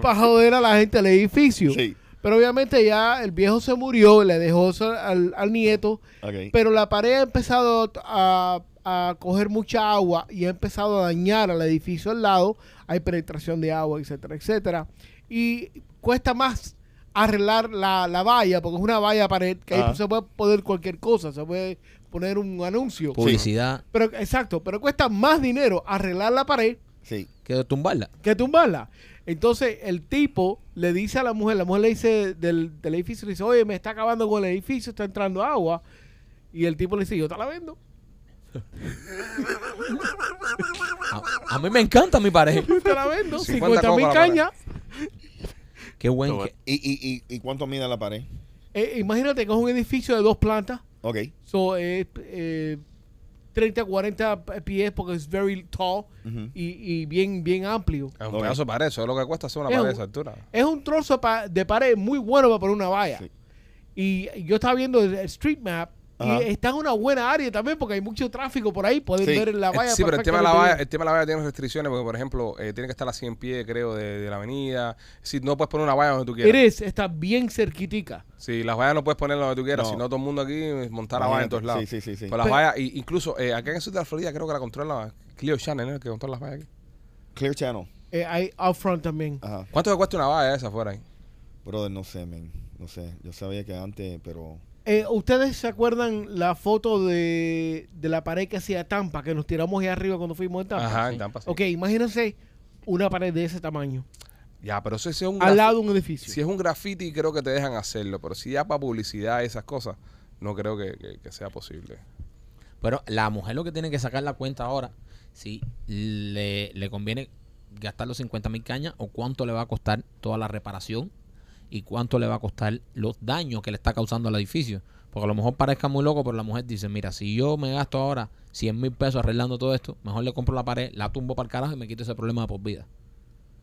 para joder a la gente del edificio. Pero obviamente ya el viejo se murió, le dejó eso al, al nieto. Ok. Pero la pared ha empezado a, a coger mucha agua y ha empezado a dañar al edificio al lado. Hay penetración de agua, etcétera, etcétera. Y cuesta más arreglar la, la valla, porque es una valla pared que Ah. ahí se puede poner cualquier cosa, se puede poner un anuncio. Publicidad. Pero, exacto, pero cuesta más dinero arreglar la pared Sí. Que tumbarla. que tumbarla. Entonces el tipo le dice a la mujer, la mujer le dice del, del edificio, le dice, oye, me está acabando con el edificio, está entrando agua. Y el tipo le dice, yo te la vendo. A, a mí me encanta mi pared. Yo te la vendo. 50 mil cañas. Qué buen. ¿Y, y, y, y cuánto mide la pared? Eh, imagínate que es un edificio de dos plantas. Ok. So, eh, eh, 30, 40 pies porque es very tall Ujú. y, y bien, bien amplio. Es un pedazo de pared, eso es lo que cuesta hacer una Es pared un- de esa altura. Es un trozo de pa- de pared muy bueno para poner una valla. Y y yo estaba viendo el el street map Ajá. y está en una buena área también porque hay mucho tráfico por ahí. Pueden ver la valla. Eh, Sí, pero el tema, de la perfectamente valla, el tema de la valla tiene restricciones porque, por ejemplo, eh, tiene que estar a 100 pies, creo, de, de la avenida. Si no puedes poner una valla donde tú bien. quieras. Eres, está bien cerquitica. Si las vallas no puedes ponerlas donde tú quieras, No. si no todo el mundo aquí eh, montar la valla en Imagínate. todos lados. Sí, sí, sí, sí. Pero Pues- las Pero- vallas, y- incluso eh, acá en el sur de la Florida creo que la controla Clio Shannon, ¿no? el que controla las vallas aquí. Clear Channel. Eh, hay out front también. Ajá. ¿Cuánto te cuesta una valla esa fuera ahí? Brother, no sé, men. No sé. Yo sabía que antes, pero. Eh, ¿Ustedes se acuerdan la foto de, de la pared que hacía Tampa, que nos tiramos ahí arriba cuando fuimos en Tampa? Ajá, en Tampa, sí. Ok, imagínense una pared de ese tamaño. Ya, pero si es un Al graf- lado de un edificio. Si es un graffiti, creo que te dejan hacerlo. Pero si ya para publicidad y esas cosas, no creo que, que- que sea posible. Pero la mujer lo que tiene que sacar la cuenta ahora, si le, le conviene gastar los 50 mil cañas o cuánto le va a costar toda la reparación y cuánto le va a costar los daños que le está causando al edificio. Porque a lo mejor parezca muy loco, pero la mujer dice, mira, si yo me gasto ahora 100 mil pesos arreglando todo esto, mejor le compro la pared, la tumbo para el carajo y me quito ese problema de por vida.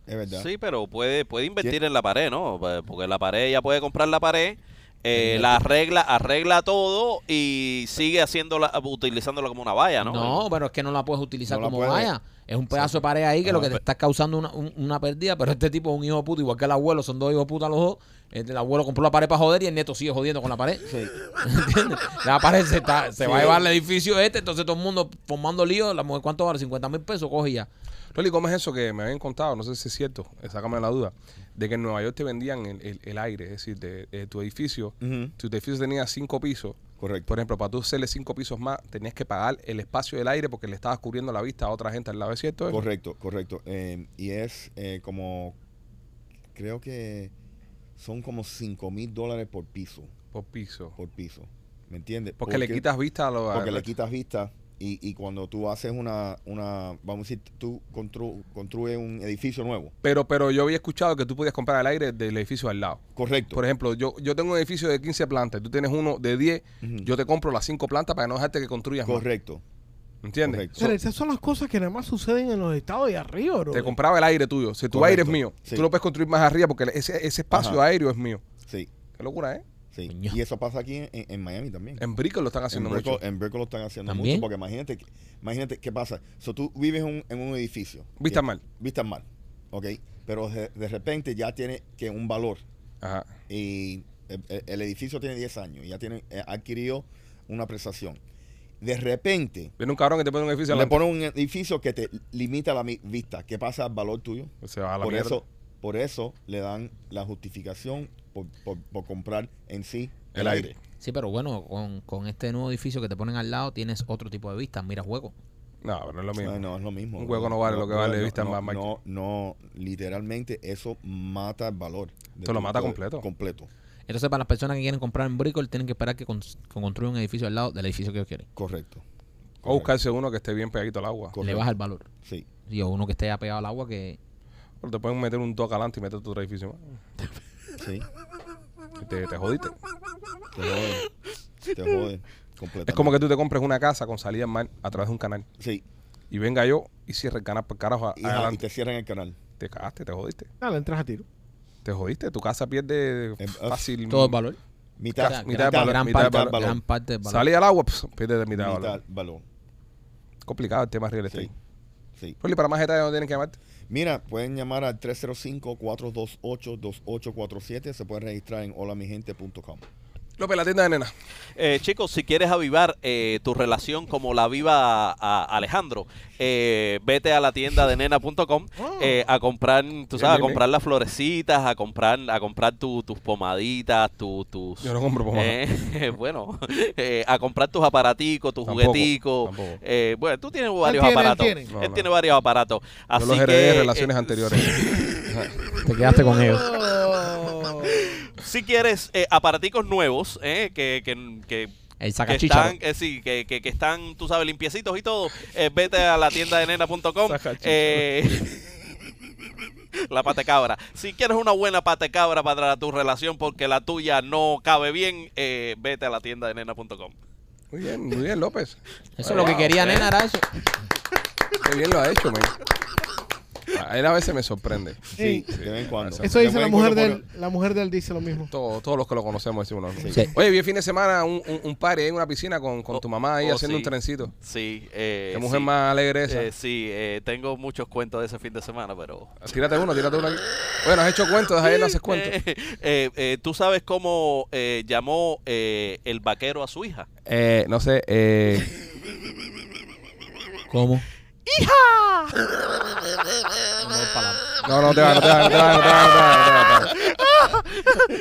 Es verdad. Sí, pero puede, puede invertir en la pared, ¿no? Pa- Porque la pared, ella puede comprar la pared, eh, la arregla, arregla todo y sigue haciéndola, utilizándola como una valla, ¿no? No, pero es que no la puedes utilizar No la como puedes. vaya. Es un pedazo de pared ahí que lo que te está causando una, un- una pérdida, pero este tipo es un hijo de puta, igual que el abuelo, son dos hijos de puta los dos. Este, El, el abuelo compró la pared para joder y el nieto sigue jodiendo con la pared. <laughs> ¿Entiendes? La pared se, está- se Sí. va a llevar el edificio este, entonces todo el mundo formando lío. La mujer, ¿cuánto vale? 50 mil pesos, coge ya. Rolly, ¿cómo es eso que me habían contado? No sé si es cierto, eh, sácame la duda. De que en Nueva York te vendían el, el- el aire, es decir, de, de tu edificio. Ujú. Tu edificio tenía cinco pisos. Correcto. Por ejemplo, para tú hacerle cinco pisos más, tenías que pagar el espacio del aire porque le estabas cubriendo la vista a otra gente al lado, ¿es cierto? eso? Em, Correcto, correcto. Eh, y es eh, como. Creo que son como 5 mil dólares por piso. Por piso. Por piso. ¿Me entiendes? Porque, le quitas vista a los. Porque le quitas vista. Y, y cuando tú haces una, una, vamos a decir, tú constru- construyes un edificio nuevo. Pero, pero yo había escuchado que tú podías comprar el aire del edificio al lado. Correcto. Por ejemplo, yo, yo tengo un edificio de 15 plantas, tú tienes uno de 10, yo te compro las 5 plantas para no dejarte que construyas más. Correcto. ¿Entiendes? Correcto. Pero esas son las cosas que nada más suceden en los estados de arriba, bro. Te compraba el aire tuyo. Si tu Correcto. aire es mío, Sí. tú lo puedes construir más arriba porque ese, ese espacio Ajá. aéreo es mío. Sí, Qué locura, ¿eh? sí. Coño. Y eso pasa aquí en, en- en Miami también. En Brickell lo están haciendo en eh, Brickell- mucho. en Brickell lo están haciendo ¿También? mucho porque imagínate, que- imagínate qué pasa. So, tú vives en un- en un edificio. Vista Que- mal. Vista mal, ok. Pero de, de repente ya tiene que un valor Ajá. y el, el- el edificio tiene 10 años, ya tiene eh, adquirido una prestación. De repente Viene un cabrón que te pone un edificio le adelante. ponen un edificio que te limita la mi- vista, que pasa al valor tuyo. Se va a la Por mierda. eso, por eso le dan la justificación por, por- por comprar en sí el, El aire. aire. Sí, pero bueno, con, con este nuevo edificio que te ponen al lado tienes otro tipo de vista. Mira juego. No, pero no es lo mismo. No, no, es lo mismo. Un juego no vale lo que vale vista en no, Bad Mike. no, no, literalmente eso mata el valor. Te lo mata De- completo. Completo, Entonces, para las personas que quieren comprar en Brickell, tienen que esperar que, cons- que construyan un edificio al lado del edificio que ellos quieren. correcto. O buscarse uno que esté bien pegadito al agua. Correcto. Le baja el valor. Sí. Y a uno que esté apegado al agua que... Pero te pueden meter un toque adelante y meter tu otro edificio más. Sí, Y Te, te jodiste. <laughs> te jode. Te jode. Completamente. Es como que tú te compres una casa con salida al mar a través de un canal. Sí. Y venga yo y cierre el canal por carajo a- Y, ajá, y adelante. te cierran el canal. Te cagaste, te jodiste. Dale, entras a tiro. Te jodiste. Tu casa pierde Em, fácil. Todo el valor. Mitad, O sea, mitad de gran, valor, gran mitad de parte, valor. gran parte del valor. Salir al agua, pss, pierde de mitad de valor. mitad valor. Complicado el tema real estate. Sí. sí. Rolly, para más detalles, ¿dónde tienen que llamarte? Mira, pueden llamar al 305-428-2847. Se pueden registrar en holamigente.com. López, la tienda de nena. Eh, chicos, si quieres avivar eh, tu relación como la viva a- Alejandro, eh, vete a la tienda <laughs> de nena.com Oh. eh, a comprar, tú Bien, sabes, a bien, comprar las florecitas, a comprar, a comprar tu- tus pomaditas, tu- tus... Yo no compro pomada. <laughs> Eh, <laughs> bueno, eh, a comprar tus aparaticos, tus Tampoco, jugueticos. tampoco. eh, bueno, tú tienes varios tiene, él aparatos. Él tiene. tiene, No, no. varios aparatos. Así Yo los que, heredé de eh, relaciones anteriores. Te quedaste con ellos. si quieres eh, aparaticos nuevos, eh, que- que- que El que sacachicha. están, eh, sí, que, que- que están, tú sabes, limpiecitos y todo, eh, vete a la tienda de nena.com. Saca eh, <laughs> la pata de cabra. Si quieres una buena pata de cabra para tu relación porque la tuya no cabe bien, eh, vete a la tienda de nena.com. <laughs> Muy bien, muy bien, López. Eso es lo que quería ok. nena, era eso. Qué bien lo ha hecho, man. A él a veces me sorprende. Sí, Sí. de vez en cuando. Eso De dice vez la en mujer de cuando, él. La mujer de él dice <laughs> lo mismo. Todo- todos los que lo conocemos decimos lo mismo. Sí. Oye, vi el fin de semana un, un, un party ahí en una piscina con, con Oh, tu mamá ahí oh, haciendo sí. un trencito. Sí. eh, Qué mujer sí. más alegre esa. Eh, sí, eh, tengo muchos cuentos de ese fin de semana, pero... Tírate uno, tírate uno aquí. Bueno, has hecho cuentos, deja él no haces cuentos. Eh, <laughs> eh, eh, ¿Tú sabes cómo eh, llamó eh, el vaquero a su hija? Eh, no sé, eh, ¿Cómo? <laughs> no, no te va, no te va, no te va, no te va, no te va, no te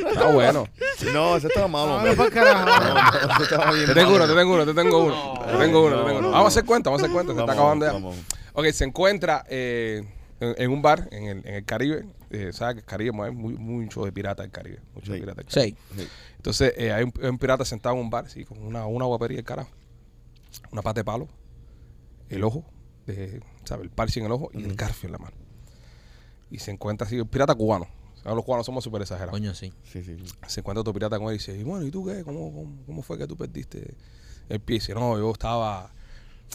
va. Está bueno. cuando- No, ese estaba malo. No, man. no, pa'l carajo. No, no, ese estaba bien Te tengo uno, malo. te tengo uno, te tengo uno. Te tengo uno, te No, tengo uno. no, Vamos a no. hacer cuentas, vamos a hacer cuentas. Se está Vamos, acabando ya. vamos. Ok, se encuentra eh, en, en un bar en el, en el Caribe. Eh, ¿Sabes que el Caribe hay muy, mucho de pirata del Caribe? Mucho de Sí. pirata del Caribe. Sí. Sí. Entonces, eh, hay, un, hay un pirata sentado en un bar, sí, con una, una guapería el carajo. Una pata de palo, el ojo, de, ¿sabe? El parche en el ojo y el garfio en la mano. Y se encuentra así, un pirata cubano. Ahora los cubanos somos súper exagerados Coño, sí. Sí, sí, sí. se encuentra otro pirata con él y dice, y bueno, ¿y tú qué? ¿Cómo, cómo, cómo fue que tú perdiste el pie? Y dice, no, yo estaba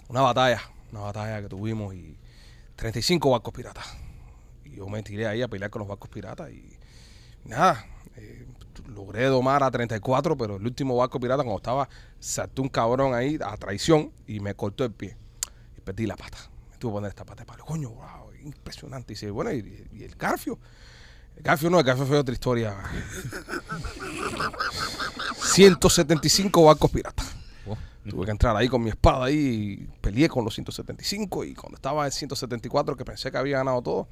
una batalla, una batalla que tuvimos y 35 barcos piratas. Y yo me tiré ahí a pelear con los barcos piratas y nada, eh, logré domar a 34, pero el último barco pirata cuando estaba, saltó un cabrón ahí a traición y me cortó el pie. Y perdí la pata. Me tuve que poner esta pata de palo. Coño, wow, impresionante. Y dice, bueno, ¿y, y el Garfio? El Garfio no, el Garfio fue otra historia. 175 barcos piratas. Oh. Tuve que entrar ahí con mi espada ahí, y peleé con los 175 y cuando estaba en 174 que pensé que había ganado todo,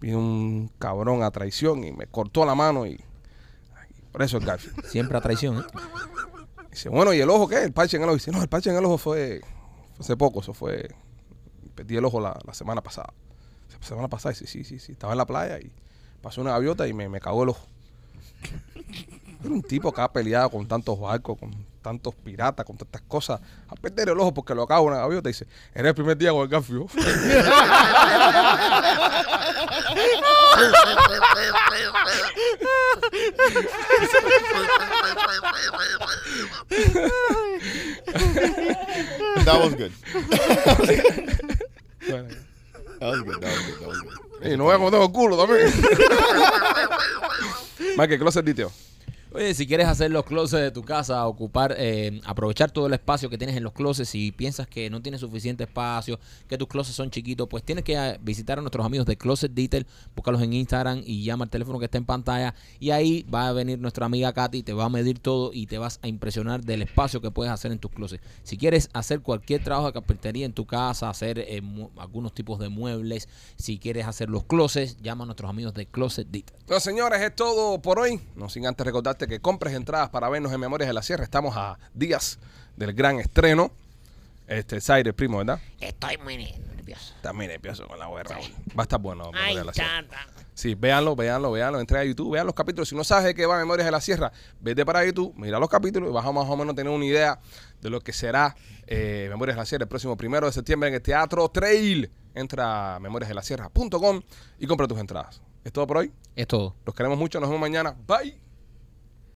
vino un cabrón a traición y me cortó la mano y, y por eso el Garfield. Siempre a traición, ¿eh? Dice, bueno, ¿y el ojo qué? El parche en el ojo. Dice, no, el parche en el ojo fue, fue hace poco, eso fue, perdí el ojo la, la semana pasada. La semana pasada, dice, sí, sí, sí, estaba en la playa y pasó una gaviota y me, me cagó el ojo. <laughs> Era un tipo que ha peleado con tantos barcos, con tantos piratas, con tantas cosas. A perder el ojo porque lo acaba una gaviota y dice, era el primer día con el gafio. That was <laughs> good. Bueno. That was good, that was good, that was good. <laughs> y no voy a comer el culo también. <laughs> Mike, closet detail. Oye, si quieres hacer los closets de tu casa, ocupar, eh, aprovechar todo el espacio que tienes en los closets, si piensas que no tienes suficiente espacio, que tus closets son chiquitos, pues tienes que eh, visitar a nuestros amigos de Closet Detail, búscalos en Instagram y llama al teléfono que está en pantalla y ahí va a venir nuestra amiga Katy, te va a medir todo y te vas a impresionar del espacio que puedes hacer en tus closets. Si quieres hacer cualquier trabajo de carpintería en tu casa, hacer eh, mu- algunos tipos de muebles, si quieres hacer los closets, llama a nuestros amigos de Closet Detail. Bueno, señores, es todo por hoy. No sin antes recordarte que compres entradas para vernos en Memorias de la Sierra. Estamos a días del gran estreno. Este, Zaire, primo, ¿verdad? Estoy muy nervioso. También empiezo con la guerra. Va a estar bueno Memorias Ay, de la Sierra. tata. Sí, véanlo, véanlo, véanlo. Entren a YouTube, vean los capítulos. Si no sabes de qué va Memorias de la Sierra, vete para YouTube, mira los capítulos y vas a más o menos tener una idea de lo que será eh, Memorias de la Sierra el próximo primero de septiembre en el Teatro Trail. Entra a memoriasdelasierra.com y compra tus entradas. ¿Es todo por hoy? Es todo. Los queremos mucho. Nos vemos mañana. Bye.